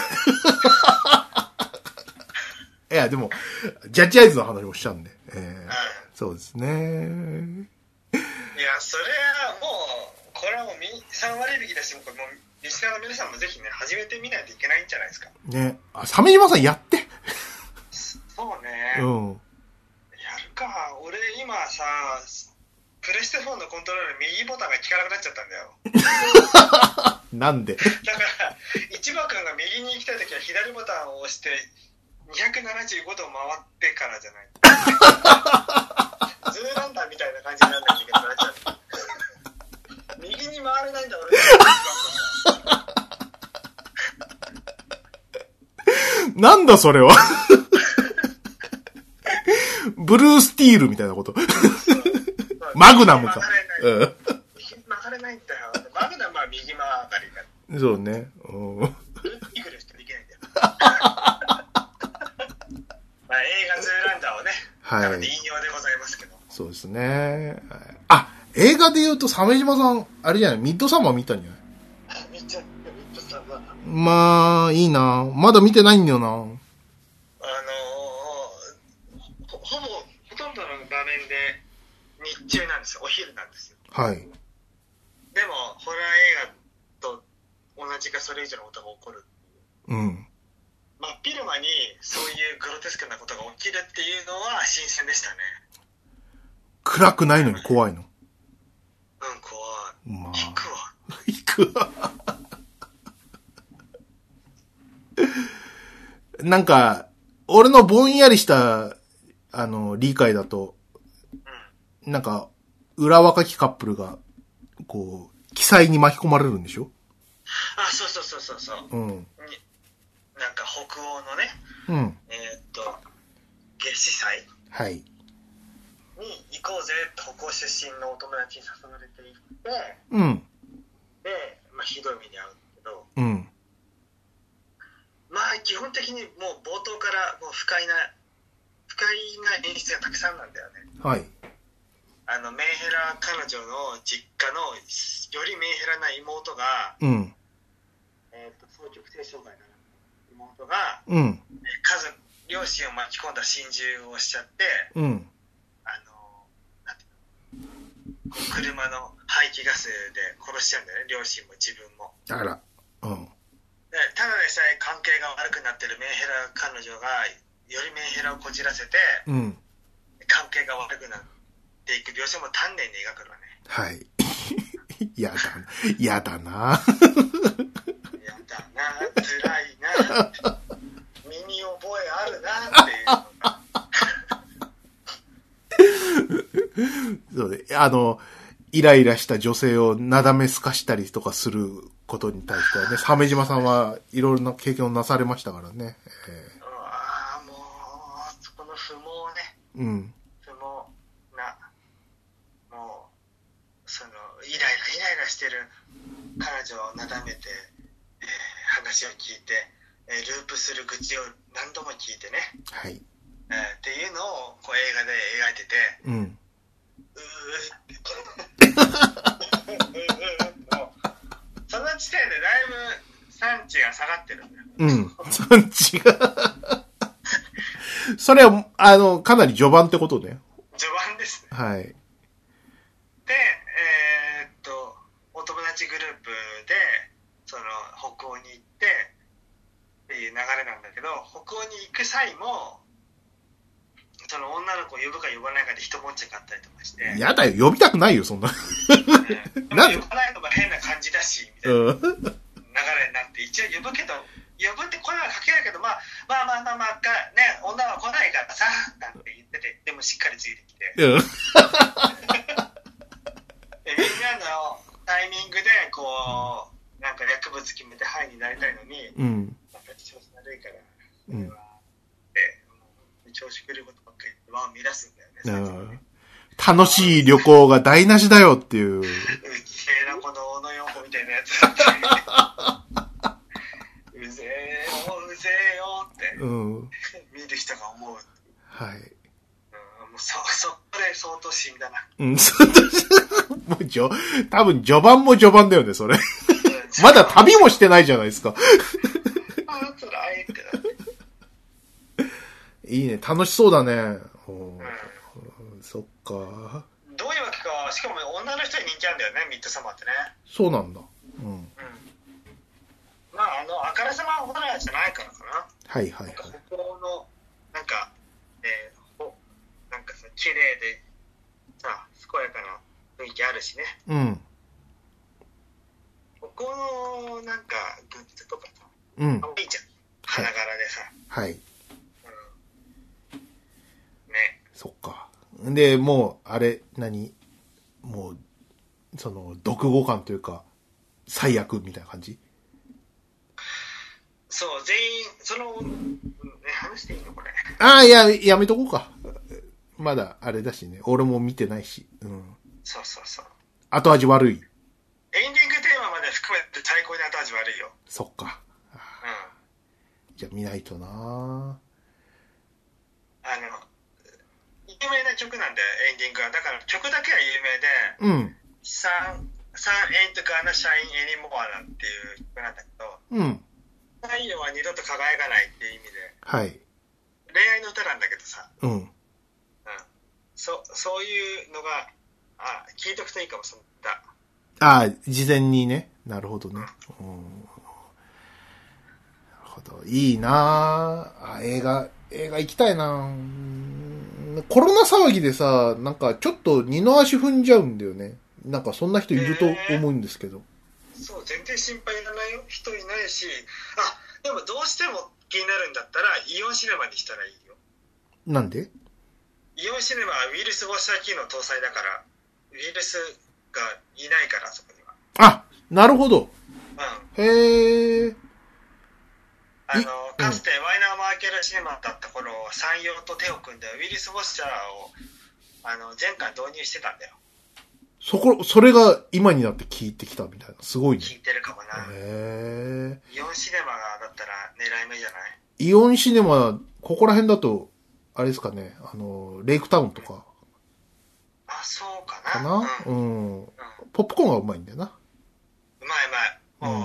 Speaker 2: いや、でも、ジャッジアイズの話もしたんで。ええ
Speaker 1: うん。
Speaker 2: そうですね。
Speaker 1: いや、それはもう、これはもうみ3割引きだし、もう、もうリスナーの皆さんもぜひね、始めてみないといけないんじゃないですか。
Speaker 2: ね。あ、鮫島さんやって。
Speaker 1: そうね、
Speaker 2: う
Speaker 1: や
Speaker 2: ん。
Speaker 1: るか、俺今さ、プレステ4のコントロール、右ボタンが効かなくなっちゃったんだよ。
Speaker 2: なんで
Speaker 1: だから、一番君が右に行きたいときは、左ボタンを押して、275度回ってから じゃない。ズーランダーみたいな感じにならなきゃいけなくなっちゃ う。右に回れないんだ、俺。一番君が
Speaker 2: なんだそれは。ブルースティールみたいなこと。マグナムか
Speaker 1: 曲がれない。右曲がれないんだよ。マグナムは右曲がりだ。
Speaker 2: うん。そうね。うん。
Speaker 1: イグルしかできないんだよ。まあ映画ズーランダーをね、
Speaker 2: はい
Speaker 1: なので引用でございますけど。
Speaker 2: そうですね。はいあ、映画で言うと、鮫島さん、あれじゃない、ミッドサマー見たんじゃない
Speaker 1: めっちゃ、めっちゃさ、まあ、あの
Speaker 2: まあ、いいなまだ見てないんだよな
Speaker 1: ーほほぼ、ほとんどの場面で日中なんですよ。お昼なんですよ。
Speaker 2: はい。
Speaker 1: でも、ホラー映画と同じかそれ以上のことが起こる。
Speaker 2: うん。
Speaker 1: 真っ昼間にそういうグロテスクなことが起きるっていうのは新鮮でしたね。
Speaker 2: 暗くないのに怖いの。
Speaker 1: うん、怖い。
Speaker 2: ま
Speaker 1: 聞
Speaker 2: あ。
Speaker 1: くわ。
Speaker 2: 行くわ。なんか、俺のぼんやりした、あの、理解だと、なんか、裏若きカップルが、こう、記載に巻き込まれるんでしょ
Speaker 1: あ、そうそうそうそうそう。
Speaker 2: うん。
Speaker 1: になんか北欧のね、
Speaker 2: うん。
Speaker 1: えーっと、夏至祭
Speaker 2: はい。
Speaker 1: に行こうぜって北欧出身のお友達に誘われて行って、
Speaker 2: うん。
Speaker 1: で、まあ、ひどい目に遭うんだけど、
Speaker 2: うん。
Speaker 1: まあ、基本的にもう冒頭からもう不快な、不快な演出がたくさんなんだよね。
Speaker 2: はい。
Speaker 1: あの、メンヘラ彼女の実家の、よりメンヘラな妹が、
Speaker 2: うん。
Speaker 1: えーっと、双極性障害な妹が、
Speaker 2: うん。
Speaker 1: えー家族、両親を巻き込んだ心中をしちゃって、
Speaker 2: うん。
Speaker 1: あの、なんていうのこう車の排気ガスで殺しちゃうんだよね、両親も自分も。
Speaker 2: あら。うん。
Speaker 1: でただでさえ関係が悪くなってるメンヘラ彼女が、よりメンヘラをこじらせて、
Speaker 2: うん。
Speaker 1: 関係が悪くなっていく描写も丹念に描くのね。
Speaker 2: はい。 やだ、やだな。
Speaker 1: やだな、辛いな、耳覚えあるなっていうのが。
Speaker 2: そうねあの、イライラした女性をなだめすかしたりとかすることに対してはね、鮫島さんはいろいろな経験をなされましたからね。え
Speaker 1: うわーもう、そこの不毛ね。
Speaker 2: ーうん。
Speaker 1: そのなもうそのイライライライラしてる彼女をなだめて、えー話を聞いて、えーループする愚痴を何度も聞いてね、
Speaker 2: はい。
Speaker 1: えーっていうのをこう映画で描いてて
Speaker 2: うん。
Speaker 1: うーってうー もうその時点でだいぶ産地が下がってるんだよ
Speaker 2: うん。そんちが。 それは、あの、かなり序盤ってことね。
Speaker 1: 序盤ですね
Speaker 2: はい。
Speaker 1: でえーっとお友達グループでその北欧に行ってっていう流れなんだけど北欧に行く際もその女の子を呼ぶか呼ばないかで一文字があったりとかして、ね
Speaker 2: やだよ、呼びたくないよ、そんな。
Speaker 1: でも
Speaker 2: なん
Speaker 1: 呼ばないのが変な感じだしみたいな
Speaker 2: うん。
Speaker 1: 流れになって一応呼ぶけど呼ぶって声はかけるけど、まあ、まあまあまあまあかね女は来ないからさなんて言っててでもしっかりついてきて
Speaker 2: うん。
Speaker 1: でみんなのタイミングでこうなんか薬物決めてハイになりたいのに
Speaker 2: うん。
Speaker 1: なんか調子悪いから
Speaker 2: う
Speaker 1: そ
Speaker 2: ん
Speaker 1: れはって、もう調子狂うことばっかり言って輪を乱すんだよね最
Speaker 2: う
Speaker 1: 初に
Speaker 2: ん
Speaker 1: ね
Speaker 2: 楽しい旅行が台無しだよっていう。
Speaker 1: うっせえなこの小野洋子みたいな やつうぜえようぜえよって
Speaker 2: うん。
Speaker 1: 見てきたが思う、
Speaker 2: はい。
Speaker 1: うん、もうそそこで相当死んだな
Speaker 2: うん、 そうだもうじょ、多分序盤も序盤だよね、それ。 まだ旅もしてないじゃないですか。
Speaker 1: あつらいってなって、
Speaker 2: いいね、楽しそうだね。おー
Speaker 1: うん
Speaker 2: そっか。
Speaker 1: どういうわけか、しかも女の人に人気あるんだよね、ミッドサマーってね。
Speaker 2: そうなんだ。うん。
Speaker 1: うん。まあ、あの、あからさまホラーじゃないからかな。
Speaker 2: はいはいは
Speaker 1: ないんか、。北欧の、なんか、えー、ほなんかさ、綺麗で、さ、健やかな雰囲気あるしね。
Speaker 2: うん。
Speaker 1: 北欧の、なんか、グッズとかさ、
Speaker 2: うん
Speaker 1: か。わいいじゃん。花柄でさ、
Speaker 2: はい。
Speaker 1: ね。
Speaker 2: そっか。で、もう、あれ、何もう、その、独語感というか、最悪みたいな感じ
Speaker 1: そう、全員、その、うんね、話していいのこれ。
Speaker 2: ああ、いや、やめとこうか。まだ、あれだしね。俺も見てないし。うん。
Speaker 1: そうそうそう。
Speaker 2: 後味悪い。
Speaker 1: エンディングテーマまで含めて最高に後味悪いよ。
Speaker 2: そっか。
Speaker 1: うん。
Speaker 2: じゃあ見ないとな
Speaker 1: あの、有名な曲なんで、エンディングは。だから曲だけは有名で、
Speaker 2: うん。
Speaker 1: サン、サンエントガーナシャインエニモアなんていう曲なんだけど、
Speaker 2: うん。
Speaker 1: 太陽は二度と輝かないっていう意味で、
Speaker 2: はい。
Speaker 1: 恋愛の歌なんだけどさ、
Speaker 2: うん。
Speaker 1: うん。そ、そういうのが、あ、聞いとくといいかも、その歌。
Speaker 2: ああ、事前にね。なるほどね。うん。なるほど。いいなああ映画、映画行きたいなうんコロナ騒ぎでさ、なんかちょっと二の足踏んじゃうんだよね。なんかそんな人いると思うんですけど。
Speaker 1: そう、全然心配いらないよ。人いないし、あ、でもどうしても気になるんだったら、イオンシネマにしたらいいよ。
Speaker 2: なんで
Speaker 1: イオンシネマはウイルス防止機能搭載だから、ウイルスがいないから、そこには。
Speaker 2: あ、なるほど。
Speaker 1: うん。
Speaker 2: へえ。
Speaker 1: あ
Speaker 2: い
Speaker 1: の、かつてワイナーマーケルシネマだった頃、山陽と手を組んでウイルス防止者を、あの、全館導入してたんだよ。
Speaker 2: そこ、それが今になって聞いてきたみたいな。すごいね。
Speaker 1: 聞いてるかもな。
Speaker 2: へえ。
Speaker 1: イオンシネマだったら狙い目じゃない
Speaker 2: イオンシネマ、ここら辺だと、あれですかね、あの、レイクタウンとか、
Speaker 1: あ、そうかな。
Speaker 2: か
Speaker 1: うん。う
Speaker 2: な
Speaker 1: ま
Speaker 2: う
Speaker 1: い
Speaker 2: ん。ポップコーンがうまいんだよな。
Speaker 1: うまい。もう、
Speaker 2: うん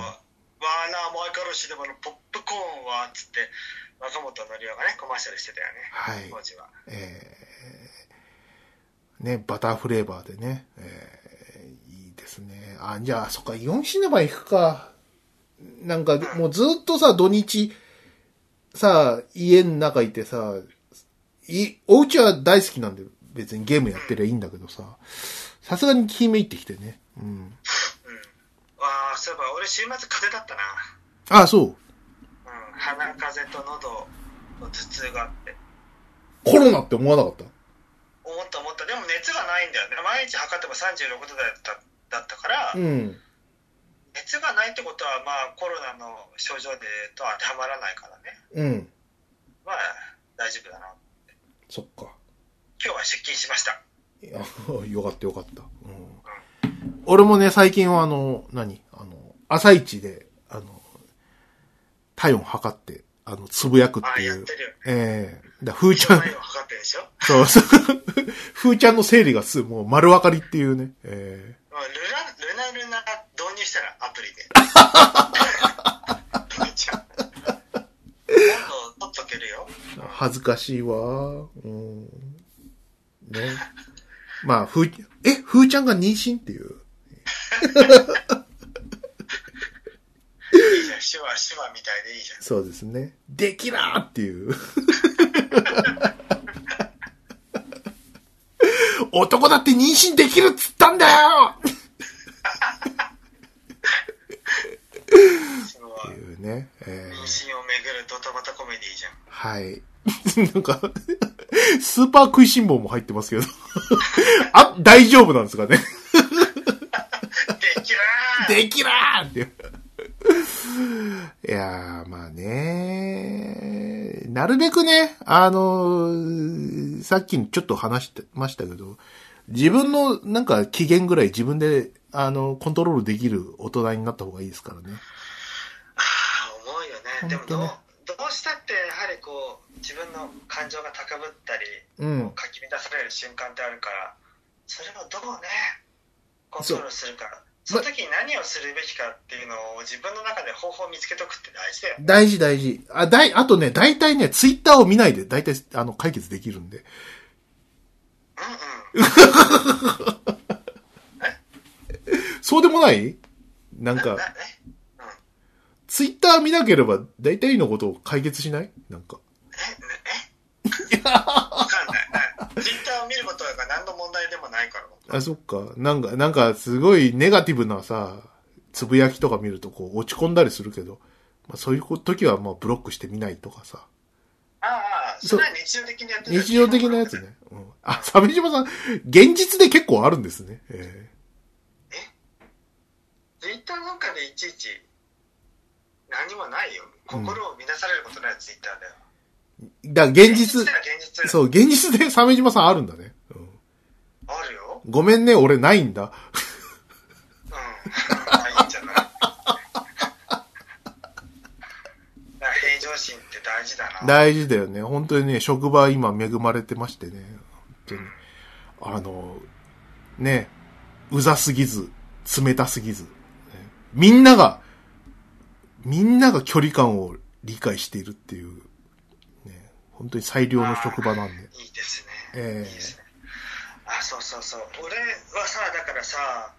Speaker 1: ワーナーマーケルシネマのポップコーンは、つって、若本のりおがね、コマーシャルしてたよね。
Speaker 2: はい
Speaker 1: 当。時は。
Speaker 2: えー、ね、バターフレーバーでね。えー、いいですね。あ、じゃあ、そっか、イオンシネマ行くか。なんか、もうずっとさ、土日、さ、家の中いてさ、い、お家は大好きなんで、別にゲームやってりゃいいんだけどさ、さすがに決め入ってきてね。うん。
Speaker 1: うん。わあ、そういえば俺週末風邪だったな。
Speaker 2: あ、そう。
Speaker 1: うん。鼻風邪と喉と頭痛があって。
Speaker 2: コロナって思わなかった
Speaker 1: 思った思った。でも熱がないんだよね。毎日測っても36度台だっただったから、
Speaker 2: うん。
Speaker 1: 熱がないってことは、まあコロナの症状でとは当てはまらないからね。
Speaker 2: うん。
Speaker 1: まあ大丈夫だな。
Speaker 2: そっか。
Speaker 1: 今日は出勤しました。
Speaker 2: いや よかったよかった。うん、俺もね、最近はあの、何あの、朝一で、あの、体温測って、あの、つぶやくっ
Speaker 1: ああ、
Speaker 2: てい
Speaker 1: やっ
Speaker 2: う
Speaker 1: て。るよ。
Speaker 2: ええだふー ちゃん、
Speaker 1: 体温測ってるでしょ。
Speaker 2: そう そう。ふーちゃんの生理がす、もう丸分かりっていうね。え
Speaker 1: まあルナ、ルナルナ導入したらアプリ で。ちゃん今度取っとけるよ。
Speaker 2: え恥ずかしいわ。うん。ね。まあ、ふー、え、ふーちゃんが妊娠っていう。
Speaker 1: いいじゃん、手話、手話みたいでいいじゃん。
Speaker 2: そうですね。できらーっていう。男だって妊娠できるっつったんだよ
Speaker 1: その
Speaker 2: っていうね。え
Speaker 1: 妊
Speaker 2: ー、
Speaker 1: 娠をめぐるドタバタコメディじゃん。
Speaker 2: はい。 なんか、スーパー食いしん坊も入ってますけど。あ、大丈夫なんですかね。
Speaker 1: できらー
Speaker 2: できらーっていう。いやー、まあねなるべくね、あのーさっきちょっと話してましたけど、自分のなんか期限ぐらい自分で、あの、コントロールできる大人になった方がいいですからね。
Speaker 1: ああ、思うよね。でもどう
Speaker 2: 本当ね、
Speaker 1: どうしたって、やはりこう、自分の感情が高ぶったり、
Speaker 2: うん。
Speaker 1: かき乱される瞬間ってあるから、それをどうね、コントロールするか。そ
Speaker 2: そう
Speaker 1: の時に何をするべきかっていうのを自分の中で方法を見つけとくって大事だよ。
Speaker 2: 大事大事。あ、だい、あとね、大体ね、ツイッターを見ないで、大体、あの、解決できるんで。
Speaker 1: うんうん。
Speaker 2: そうでもないなん
Speaker 1: な
Speaker 2: か、
Speaker 1: なえ
Speaker 2: ツイッター見なければ、大体のことを解決しないなんか。
Speaker 1: えねえわかんない。ツイッターを見ることが何の問題でもないから。
Speaker 2: あ、そっか。なんか、なんか、すごいネガティブなさ、つぶやきとか見ると、こう、落ち込んだりするけど、まあ、そういう時は、まあ、ブロックしてみないとかさ。
Speaker 1: ああ、それは日常的にやってる
Speaker 2: 日常的なやつ。ね。うん、あ、鮫島さん、現実で結構あるんですね。え
Speaker 1: ツイッターなんかでいちいち、何もないよ。心を乱されることないツイッターだよ。
Speaker 2: だから現
Speaker 1: 実
Speaker 2: 実
Speaker 1: だ、よ現実。
Speaker 2: そう、現実で鮫島さんあるんだね。うん
Speaker 1: あるよ。
Speaker 2: ごめんね、俺ないんだ。
Speaker 1: うん。 まあいいんじゃない。だ から平常心って大事だな。
Speaker 2: 大事だよね。本当にね、職場今恵まれてましてね。本当に。あの、ね、うざすぎず、冷たすぎず。ねみんなが、みんなが距離感を理解しているっていう、ね、本当に最良の職場なんで。
Speaker 1: いいですね。
Speaker 2: ええ
Speaker 1: いいですね。あ、そうそうそう。俺はさ、だからさ、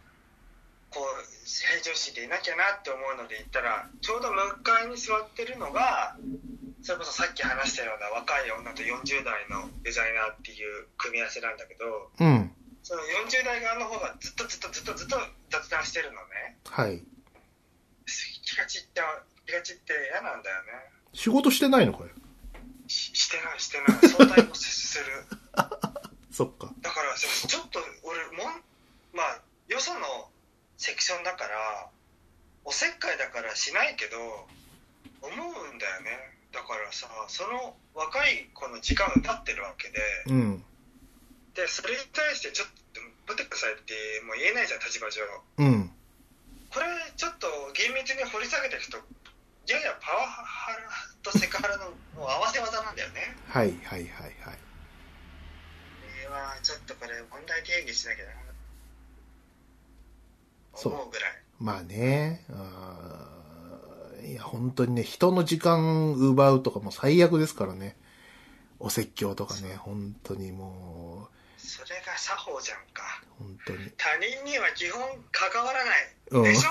Speaker 1: こう、平常心でいなきゃなって思うので言ったら、ちょうど向かいに座ってるのが、それこそさっき話したような若い女と40代のデザイナーっていう組み合わせなんだけど、
Speaker 2: うん。
Speaker 1: その40代側の方がずっとずっとずっとずっと雑談してるのね。
Speaker 2: はい。
Speaker 1: 気が散って、気が散って嫌なんだよね。
Speaker 2: 仕事してないのかよ。
Speaker 1: ししてない、してない。相対もする。
Speaker 2: そっか。
Speaker 1: だからちょっと俺もんまあよそのセクションだからおせっかいだからしないけど思うんだよねだからさその若い子の時間を経ってるわけで
Speaker 2: うん。
Speaker 1: でそれに対してちょっと待ってくださいってもう言えないじゃん立場上
Speaker 2: うん。
Speaker 1: これちょっと厳密に掘り下げていくとややパワハラとセクハラのもう合わせ技なんだよね
Speaker 2: はい、はい、はい、はい。
Speaker 1: これはちょっとこれ問題定義しなきゃな
Speaker 2: そう
Speaker 1: 思うぐらい
Speaker 2: まあね、あーいや、本当にね、人の時間奪うとかも最悪ですからね。お説教とかね、本当にも
Speaker 1: それが作法じゃんか
Speaker 2: う、本当に。
Speaker 1: 他人には基本関わら
Speaker 2: うん
Speaker 1: ないで しょ、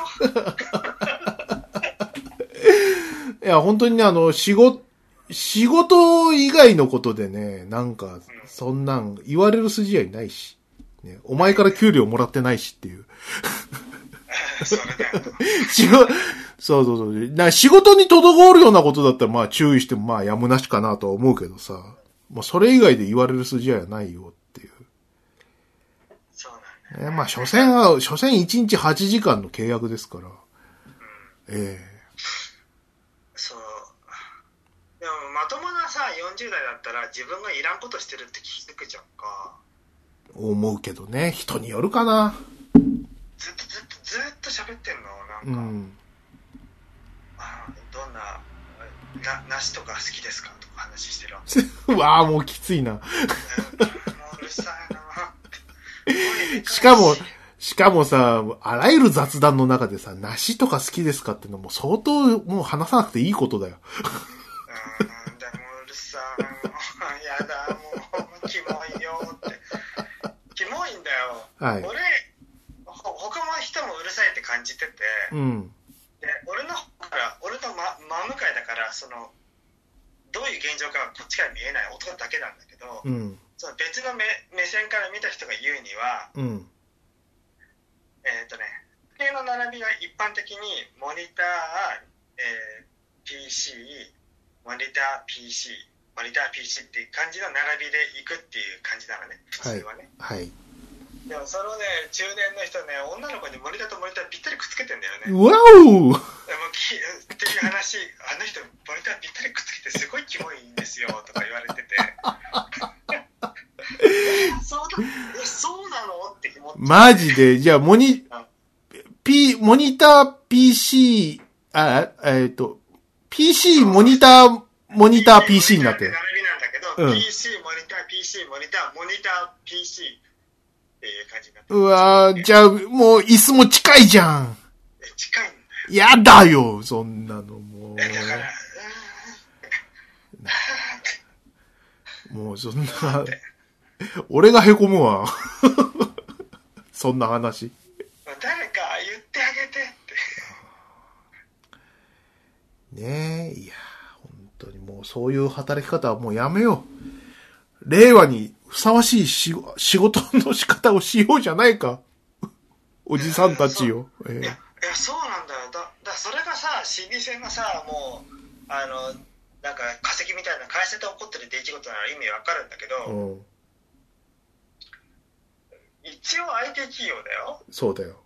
Speaker 2: いや、本当にね、あの、仕事、仕事以外のことでね、なんか、そんなん言われる筋合いないし、ね、お前から給料もらってないしっていう。
Speaker 1: それだよ
Speaker 2: 仕事、そうそうそう。な仕事に滞るようなことだったら、まあ注意しても、まあやむなしかなとは思うけどさ、もうそれ以外で言われる筋合いはないよっていう。
Speaker 1: そうなんだ
Speaker 2: えーまあ、所詮は、所詮1日8時間の契約ですから。え
Speaker 1: そうでもまともなさ40代だったら自分がいらんことしてるって気づくじゃんか
Speaker 2: え思うけどね、人によるかな。
Speaker 1: ずっとずっとずっと喋ってん
Speaker 2: う
Speaker 1: のなんか、
Speaker 2: ん。
Speaker 1: あどんなな梨とか好きですかとか話して るわけ
Speaker 2: うわあ、もうきついな。
Speaker 1: うんもううるさいな って
Speaker 2: しかも、しかもさ、あらゆる雑談の中でさ、梨とか好きですかってのも相当もう話さなくていいことだよ。
Speaker 1: うんでもうるさいもうやだもうキモいよってキモいんだよ、
Speaker 2: はい
Speaker 1: 俺ほ他の人もうるさいって感じてて、
Speaker 2: うん。
Speaker 1: で俺の方から俺の真真向かいだからそのどういう現状かこっちから見えない音だけなんだけど、
Speaker 2: うん。
Speaker 1: その別の目目線から見た人が言うには
Speaker 2: うん。
Speaker 1: えっ、とね時計の並びが一般的にモニター、えー PC モニター PC モニター PC っていう感じの並びでいくっていう感じなのね普通はね、
Speaker 2: はい。
Speaker 1: でもそのね中年の人ね女の子にモニターとモニターぴったりくっつけてんだよね
Speaker 2: うわお
Speaker 1: でもきっていう話あの人モニターぴったりくっつけてすごいキモいんですよとか言われて てそうだえそうなのって思って
Speaker 2: マジで、じゃあ、モニ、P、モニター PC、あ、えっと、PC モニター、モニター PC になって
Speaker 1: モニ
Speaker 2: る
Speaker 1: ター。並びなんだけど、
Speaker 2: うん
Speaker 1: PC モニター PC モニターモニター PC っていう感じになってる
Speaker 2: うわーじゃあ、もう椅子も近いじゃん。
Speaker 1: え近いんだよ
Speaker 2: やだよ、そんなのも
Speaker 1: えだからうーん
Speaker 2: う。もうそんな、俺が凹むわ。 そんな話。
Speaker 1: 誰か言ってあげてって
Speaker 2: ねえ、いや、本当にもうそういう働き方はもうやめよう。令和にふさわしい仕仕事の仕方をしようじゃないか。おじさんたちよ。え
Speaker 1: いや
Speaker 2: え
Speaker 1: いやそうなんだよだだそれがさ老舗のさもうあのなんか化石みたいな会社で起こってる出来事なら意味わかるんだけど、
Speaker 2: うん、
Speaker 1: 一応 IT 企業だよ、
Speaker 2: そうだよ。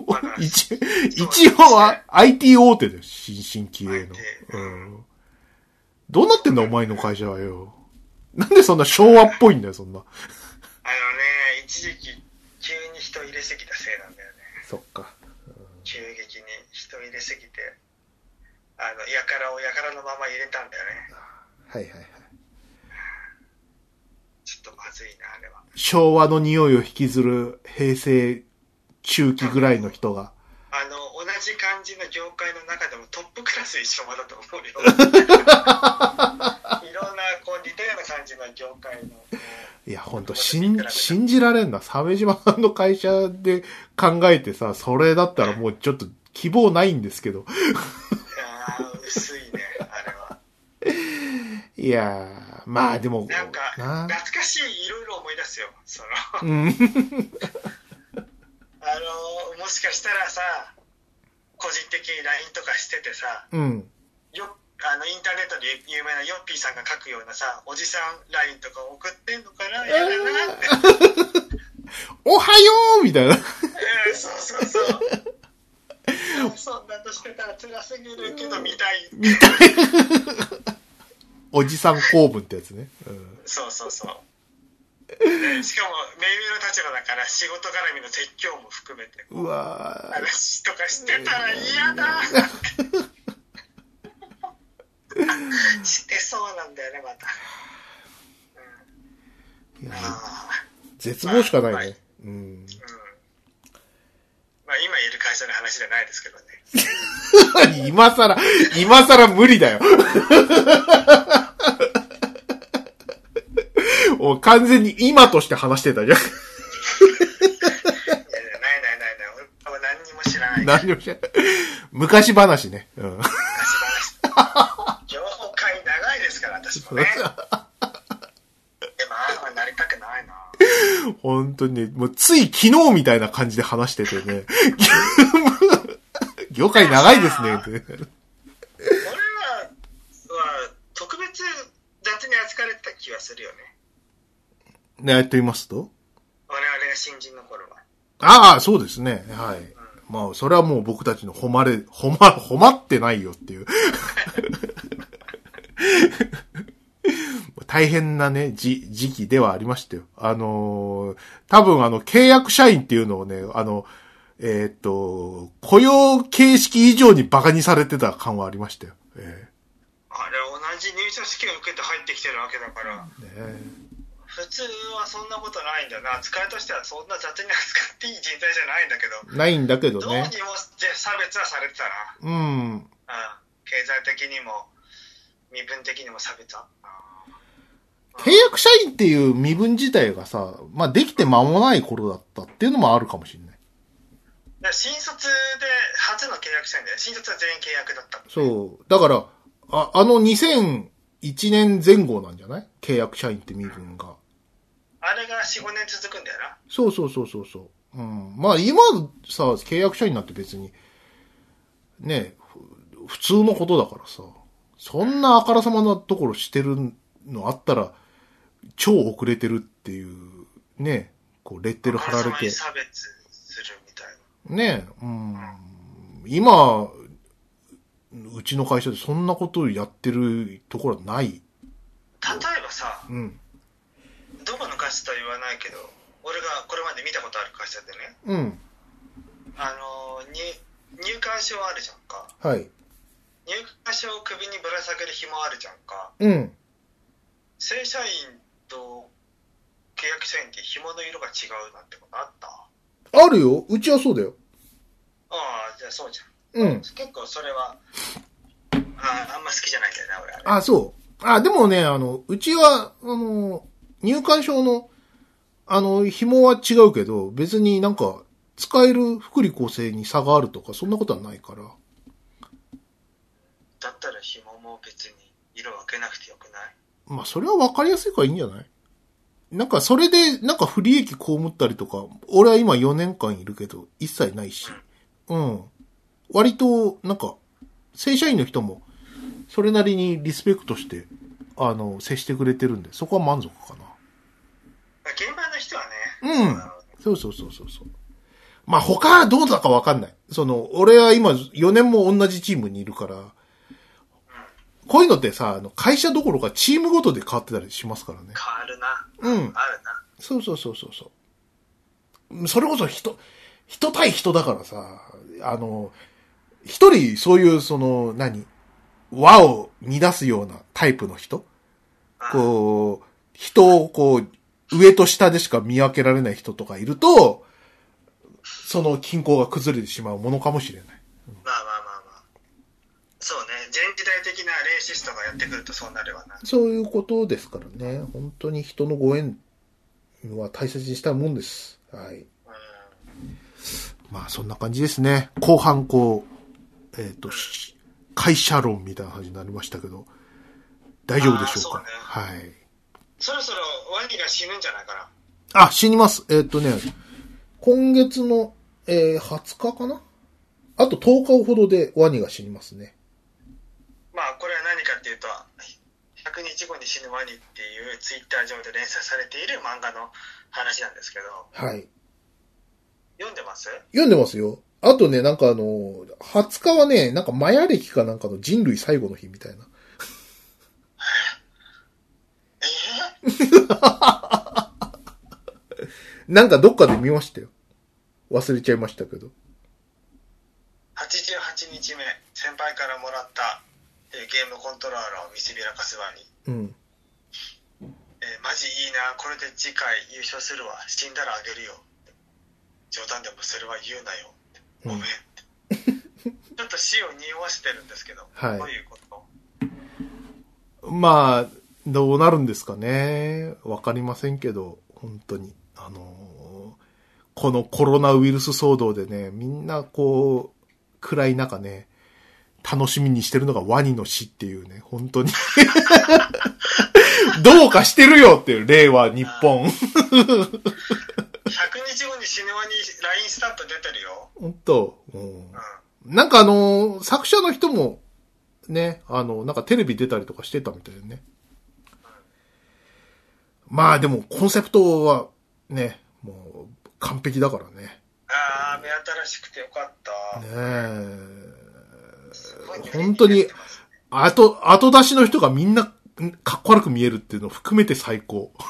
Speaker 1: うん、
Speaker 2: 一一応は IT 大手だよ、新進気鋭の。うん。どうなってんだ、お前の会社はよ。なんでそんな昭和っぽいんだよ、そんな。
Speaker 1: あのね、一時期、急に人入れすぎたせいなんだよね。
Speaker 2: そっか。
Speaker 1: 急激に人入れすぎて、あの、やからをやからのまま入れたんだよね。
Speaker 2: はいはいはい。
Speaker 1: ちょっとまずいな、あれは。
Speaker 2: 昭和の匂いを引きずる平成中期ぐらいの人が。
Speaker 1: あの、同じ感じの業界の中でもトップクラス一緒だと思うよ。いろんな、こう、似たような感じの業界の。
Speaker 2: いや、ほんと、信、信じられんな。鮫島さんの会社で考えてさ、それだったらもうちょっと希望ないんですけ
Speaker 1: い
Speaker 2: ど。
Speaker 1: やー薄いね、あれは。
Speaker 2: いやー、まあでも、
Speaker 1: なんか、
Speaker 2: な
Speaker 1: 懐かしい、いろいろ思い出すよ。その、あ
Speaker 2: うん。
Speaker 1: の、もしかしたらさ、個人的に LINE とかしててさ、
Speaker 2: うん。
Speaker 1: よあのインターネットで有名なヨッピーさんが書くようなさおじさん LINE とか送ってんのかな嫌だなって、
Speaker 2: おはようみたいな。
Speaker 1: うんそうそうそう そんなとしてたら辛すぎるけど見たい
Speaker 2: おじさん公文ってやつね。うん。
Speaker 1: そうそうそうでしかも目上の立場だから仕事絡みの説教も含めて
Speaker 2: うわー
Speaker 1: 話とかしてたら嫌だ してそうなんだよねまた
Speaker 2: いや
Speaker 1: ああ
Speaker 2: 絶望しかないね。うん。
Speaker 1: うんまあ、今いる会社の話じゃないですけどね。
Speaker 2: 今さら、今さら無理だよ。お完全に今として話してたじゃん。
Speaker 1: いやいやないないないない。俺は何にも知らない。昔
Speaker 2: 何にもしない。昔話ね。うん。
Speaker 1: 話。情報会長いですから、私もね。でも、ああ、なりたくないな。
Speaker 2: 本当にね、もうつい昨日みたいな感じで話しててね。業界長いですねって。
Speaker 1: 俺らは、特別雑に扱われてた気がするよね。
Speaker 2: ね、やってみますと
Speaker 1: 我々が新人の頃は。
Speaker 2: ああ、そうですね。はい。まあ、それはもう僕たちの誉れ、誉、誉ってないよっていう。 大変なね、じ、時期ではありましたよ。あのー多分あの、契約社員っていうのをね、あの、えーっと、雇用形式以上に馬鹿にされてた感はありましたよ。え
Speaker 1: あれ、同じ入社試験を受けて入ってきてるわけだから、
Speaker 2: えね
Speaker 1: 普通はそんなことないんだよな。扱いとしてはそんな雑に扱っていい人材じゃないんだけど。
Speaker 2: えないんだけど
Speaker 1: どう
Speaker 2: ね。
Speaker 1: にも差別はされてた
Speaker 2: うん。
Speaker 1: な、うん、経済的にも身分的にも差別は
Speaker 2: 契約社員っていう身分自体がさ、まあ、できて間もない頃だったっていうのもあるかもしれない。
Speaker 1: だから新卒で初の契約社員で新卒は全員契約だったもんね
Speaker 2: そう。だから、あ、あの2001年前後なんじゃない契約社員って身分が。
Speaker 1: あれが45年続くんだよな
Speaker 2: そうそうそうそうそう。うん。まあ今さ、契約社員なんて別に、ね、ふ普通のことだからさ、そんなあからさまなところしてるのあったら、超遅れてるっていう、ね、こう、レッテル貼られ
Speaker 1: お
Speaker 2: て
Speaker 1: 互い。差別するみたいな
Speaker 2: ねえ、うん。今、うちの会社でそんなことやってるところはない。
Speaker 1: 例えばさ
Speaker 2: うん。
Speaker 1: どこの会社とは言わないけど俺がこれまで見たことある会社でね
Speaker 2: うん。
Speaker 1: あのーに入会証あるじゃんか
Speaker 2: はい。
Speaker 1: 入会証を首にぶら下げる紐あるじゃんか
Speaker 2: うん。
Speaker 1: 正社員と契約社員って紐の色が違うなんてことあったあ
Speaker 2: あるよ。うちはそうだよ。
Speaker 1: あじゃあそうじゃん
Speaker 2: うん。
Speaker 1: 結構それはあああんま好きじゃないんだよな俺あれ
Speaker 2: あ、そう。あ、でもね、あの、うちは、あの、入会証の、あの、紐は違うけど、別になんか、使える福利厚生に差があるとか、そんなことはないから。
Speaker 1: だったら紐も別に色分けなくてよくない
Speaker 2: まあ、それは分かりやすいからいいんじゃないなんか、それで、なんか不利益被ったりとか、俺は今4年間いるけど、一切ないし。うん。割と、なんか、正社員の人も、それなりにリスペクトして、あの、接してくれてるんで、そこは満足かな。
Speaker 1: 現場の人はね
Speaker 2: うん
Speaker 1: そうだろうね
Speaker 2: そうそうそうそうそう。まあ他どうだかわかんない。その、俺は今4年も同じチームにいるから、こういうのってさ、あの会社どころかチームごとで変わってたりしますからね。
Speaker 1: 変わるな。
Speaker 2: うん。
Speaker 1: あるな。
Speaker 2: そうそうそうそうそう。それこそ人、人対人だからさ、あの、一人そういうその、何和を乱すようなタイプの人こう、人をこう、上と下でしか見分けられない人とかいると、その均衡が崩れてしまうものかもしれない。
Speaker 1: まあまあまあまあ。そうね。現時代的なレーシストがやってくるとそうなるわな。
Speaker 2: そういうことですからね。本当に人のご縁は大切にしたもんです。はい。
Speaker 1: うん。
Speaker 2: まあそんな感じですね。後半こう、えっ、と、し会社論みたいな話になりましたけど、大丈夫でしょうか
Speaker 1: あー
Speaker 2: はい。
Speaker 1: そろそろワニが死ぬんじゃないかな。
Speaker 2: あ、死にます。えっ、とね、今月の、えー20日かなあと10日ほどでワニが死にますね。
Speaker 1: まあこれは何かっていうと100日後に死ぬワニっていうツイッター上で連載されている漫画の話なんですけど
Speaker 2: はい。
Speaker 1: 読んでます
Speaker 2: 読んでますよ。あとね、なんかあの、20日はね、なんかマヤ歴かなんかの人類最後の日みたいな。
Speaker 1: ええ
Speaker 2: なんかどっかで見ましたよ。忘れちゃいましたけど。
Speaker 1: 88日目先輩からもらった、えーゲームコントローラーを見せびらかすワニ、
Speaker 2: うん。
Speaker 1: えーマジいいなこれで次回優勝するわ死んだらあげるよ冗談でもそれは言うなよごめん、
Speaker 2: うん
Speaker 1: ちょっと死を匂わしてるんですけど、
Speaker 2: はい
Speaker 1: どういうこと
Speaker 2: まあ、どうなるんですかね。わかりませんけど、本当に。あのーこのコロナウイルス騒動でね、みんなこう、暗い中ね、楽しみにしてるのがワニの死っていうね、本当に。 どうかしてるよっていう、令和日本。
Speaker 1: 100日後に死ぬワニ LINE スタンプ出てるよ、
Speaker 2: 本当、うん
Speaker 1: うん、
Speaker 2: なんかあのー作者の人も、ね、あの、なんかテレビ出たりとかしてたみたいでね。まあでも、コンセプトは、ね、もう、完璧だからね。
Speaker 1: ああ、目新しくてよかった。
Speaker 2: ねえ。
Speaker 1: すごいね
Speaker 2: 本当に。後、後出しの人がみんな、んかっこ悪く見えるっていうのを含めて最高。
Speaker 1: うん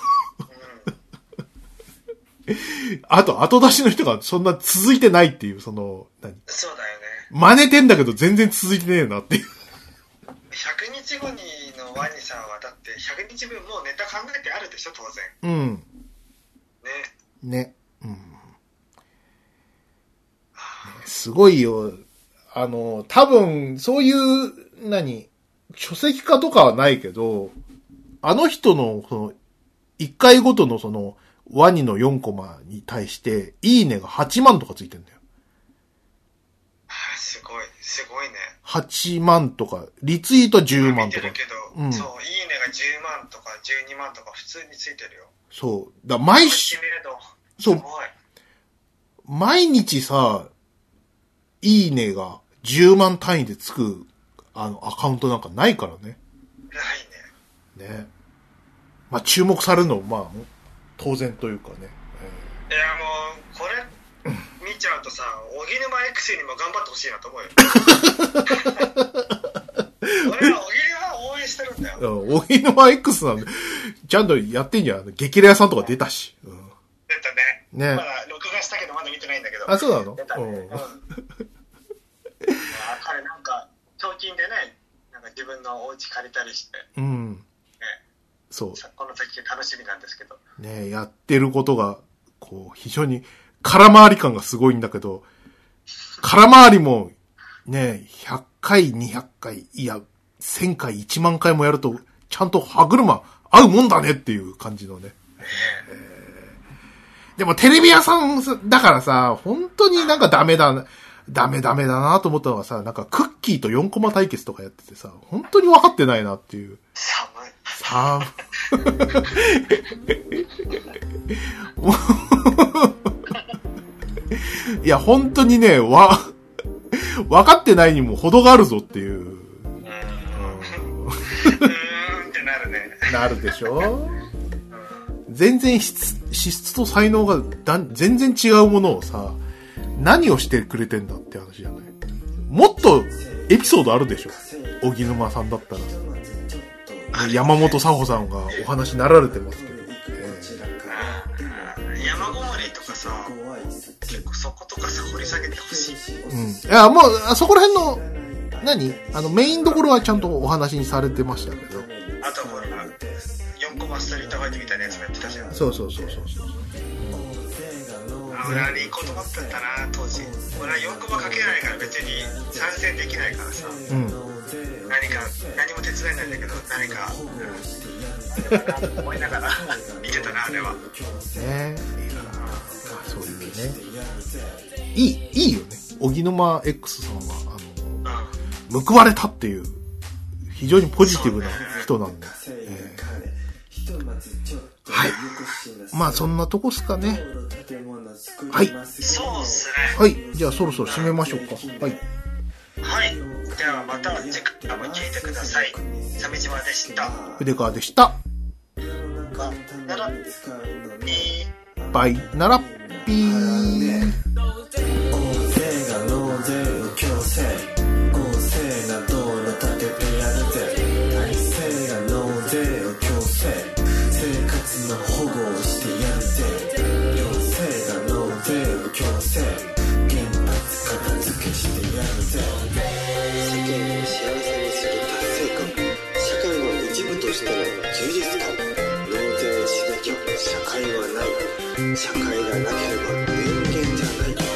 Speaker 2: あと、後出しの人がそんな続いてないっていう、その、何
Speaker 1: そうだよね。
Speaker 2: 真似てんだけど全然続いてねえなっていう。
Speaker 1: 100日後にのワニさんは、だって100日分もうネタ考えてあるでしょ、当然。
Speaker 2: うん。
Speaker 1: ね。
Speaker 2: ね。うん。ねすごいよ。あの、多分、そういう、何、書籍化とかはないけど、あの人の、その、1回ごとのその、ワニの4コマに対して、いいねが8万とかついてんだよ。
Speaker 1: あーすごい、すごいね。
Speaker 2: 8万とか、リツイート10万
Speaker 1: 見
Speaker 2: と
Speaker 1: て
Speaker 2: か
Speaker 1: る。けど、
Speaker 2: うん
Speaker 1: そう、いいねが10万とか12万とか普通についてるよ。
Speaker 2: そう。だ毎
Speaker 1: 知
Speaker 2: 週、
Speaker 1: 名度。
Speaker 2: そう
Speaker 1: すごい。
Speaker 2: 毎日さ、いいねが10万単位でつく、あの、アカウントなんかないからね。
Speaker 1: ないね。
Speaker 2: ね。まあ、注目されるのも、まあ、当然というかね。
Speaker 1: いや、もう、これ、見ちゃうとさ、荻沼 X にも頑張ってほしいなと思う よ。俺は荻沼を応援してるんだよ
Speaker 2: え。ー、おいのは X なんで、 ちゃんとやってんじゃん。あの激レアさんとか出たし。うん、
Speaker 1: 出たね。
Speaker 2: ね
Speaker 1: まだ録画したけど、まだ見てないんだけど。
Speaker 2: あ、そうなの
Speaker 1: 出たね。うん。
Speaker 2: う
Speaker 1: あ彼なんか、賞金でね、なんか自分のお家借りたりして、
Speaker 2: ん。うん。そ
Speaker 1: さこの先楽しみなんですけど。
Speaker 2: う。ねやってることが、こう、非常に空回り感がすごいんだけど、空回りも、ね100回、200回、いや、1000回、1万回もやると、ちゃんと歯車合うもんだねっていう感じのね。でもテレビ屋さんだからさ、本当になんかダメだな、ダメダメだなと思ったのがさ、なんかクッキーと4コマ対決とかやっててさ、本当に分かってないなっていう。
Speaker 1: 寒い。
Speaker 2: さあ。もういや、本当にね、わ、分かってないにも程があるぞっていう、
Speaker 1: うーん。うーんってなるね。
Speaker 2: なるでしょ全然質、資質と才能がだん全然違うものをさ、何をしてくれてんだって話じゃない。もっとエピソードあるでしょ。荻沼さんだったら。山本佐穂さんがお話になられてますけど。
Speaker 1: うん山ごもりとかさ結構そことかさ掘り下げてほしい
Speaker 2: うん。いや、もう、あそこら辺の、何あの、メインどころはちゃんとお話にされてましたけど。
Speaker 1: あとほら4コマストリートファイトみたいなやつもやってたじゃん
Speaker 2: そうそうそうそうそう。
Speaker 1: あ俺あれ行こうと思ってたな当時俺は4コマかけないから別に参戦できないからさ
Speaker 2: うん。
Speaker 1: 何か何も手伝えないんだけど何かうんでもな思いながら見てたなあれは
Speaker 2: ねそういうね。いい、いいよね。荻沼 X さんは、
Speaker 1: うん
Speaker 2: あの、報われたっていう、非常にポジティブな人なんで。え
Speaker 3: はい。
Speaker 2: ー
Speaker 3: ま
Speaker 2: ま
Speaker 3: あ
Speaker 2: あ、
Speaker 3: そ
Speaker 2: そ
Speaker 3: ん
Speaker 2: んなとこっすか
Speaker 3: な
Speaker 2: ね
Speaker 3: ね。。
Speaker 2: はい
Speaker 1: そうっすね
Speaker 2: はい。じゃあ、そろそろ締めましょうか。はい。
Speaker 1: はいではまた次回も聞いてください鮫島でした
Speaker 2: 筆川でした。
Speaker 1: ならいい
Speaker 2: バイなら、ピー。
Speaker 3: 公正が納税を強制公正な道路立ててやるぜ体制が納税を強制生活の保護をしてやるぜ行政が納税を強制原発片付けしてやるぜ
Speaker 4: 世間を幸せにする達成感社会の一部としての充実感納税しなきゃ社会はない社会がなければ人間じゃない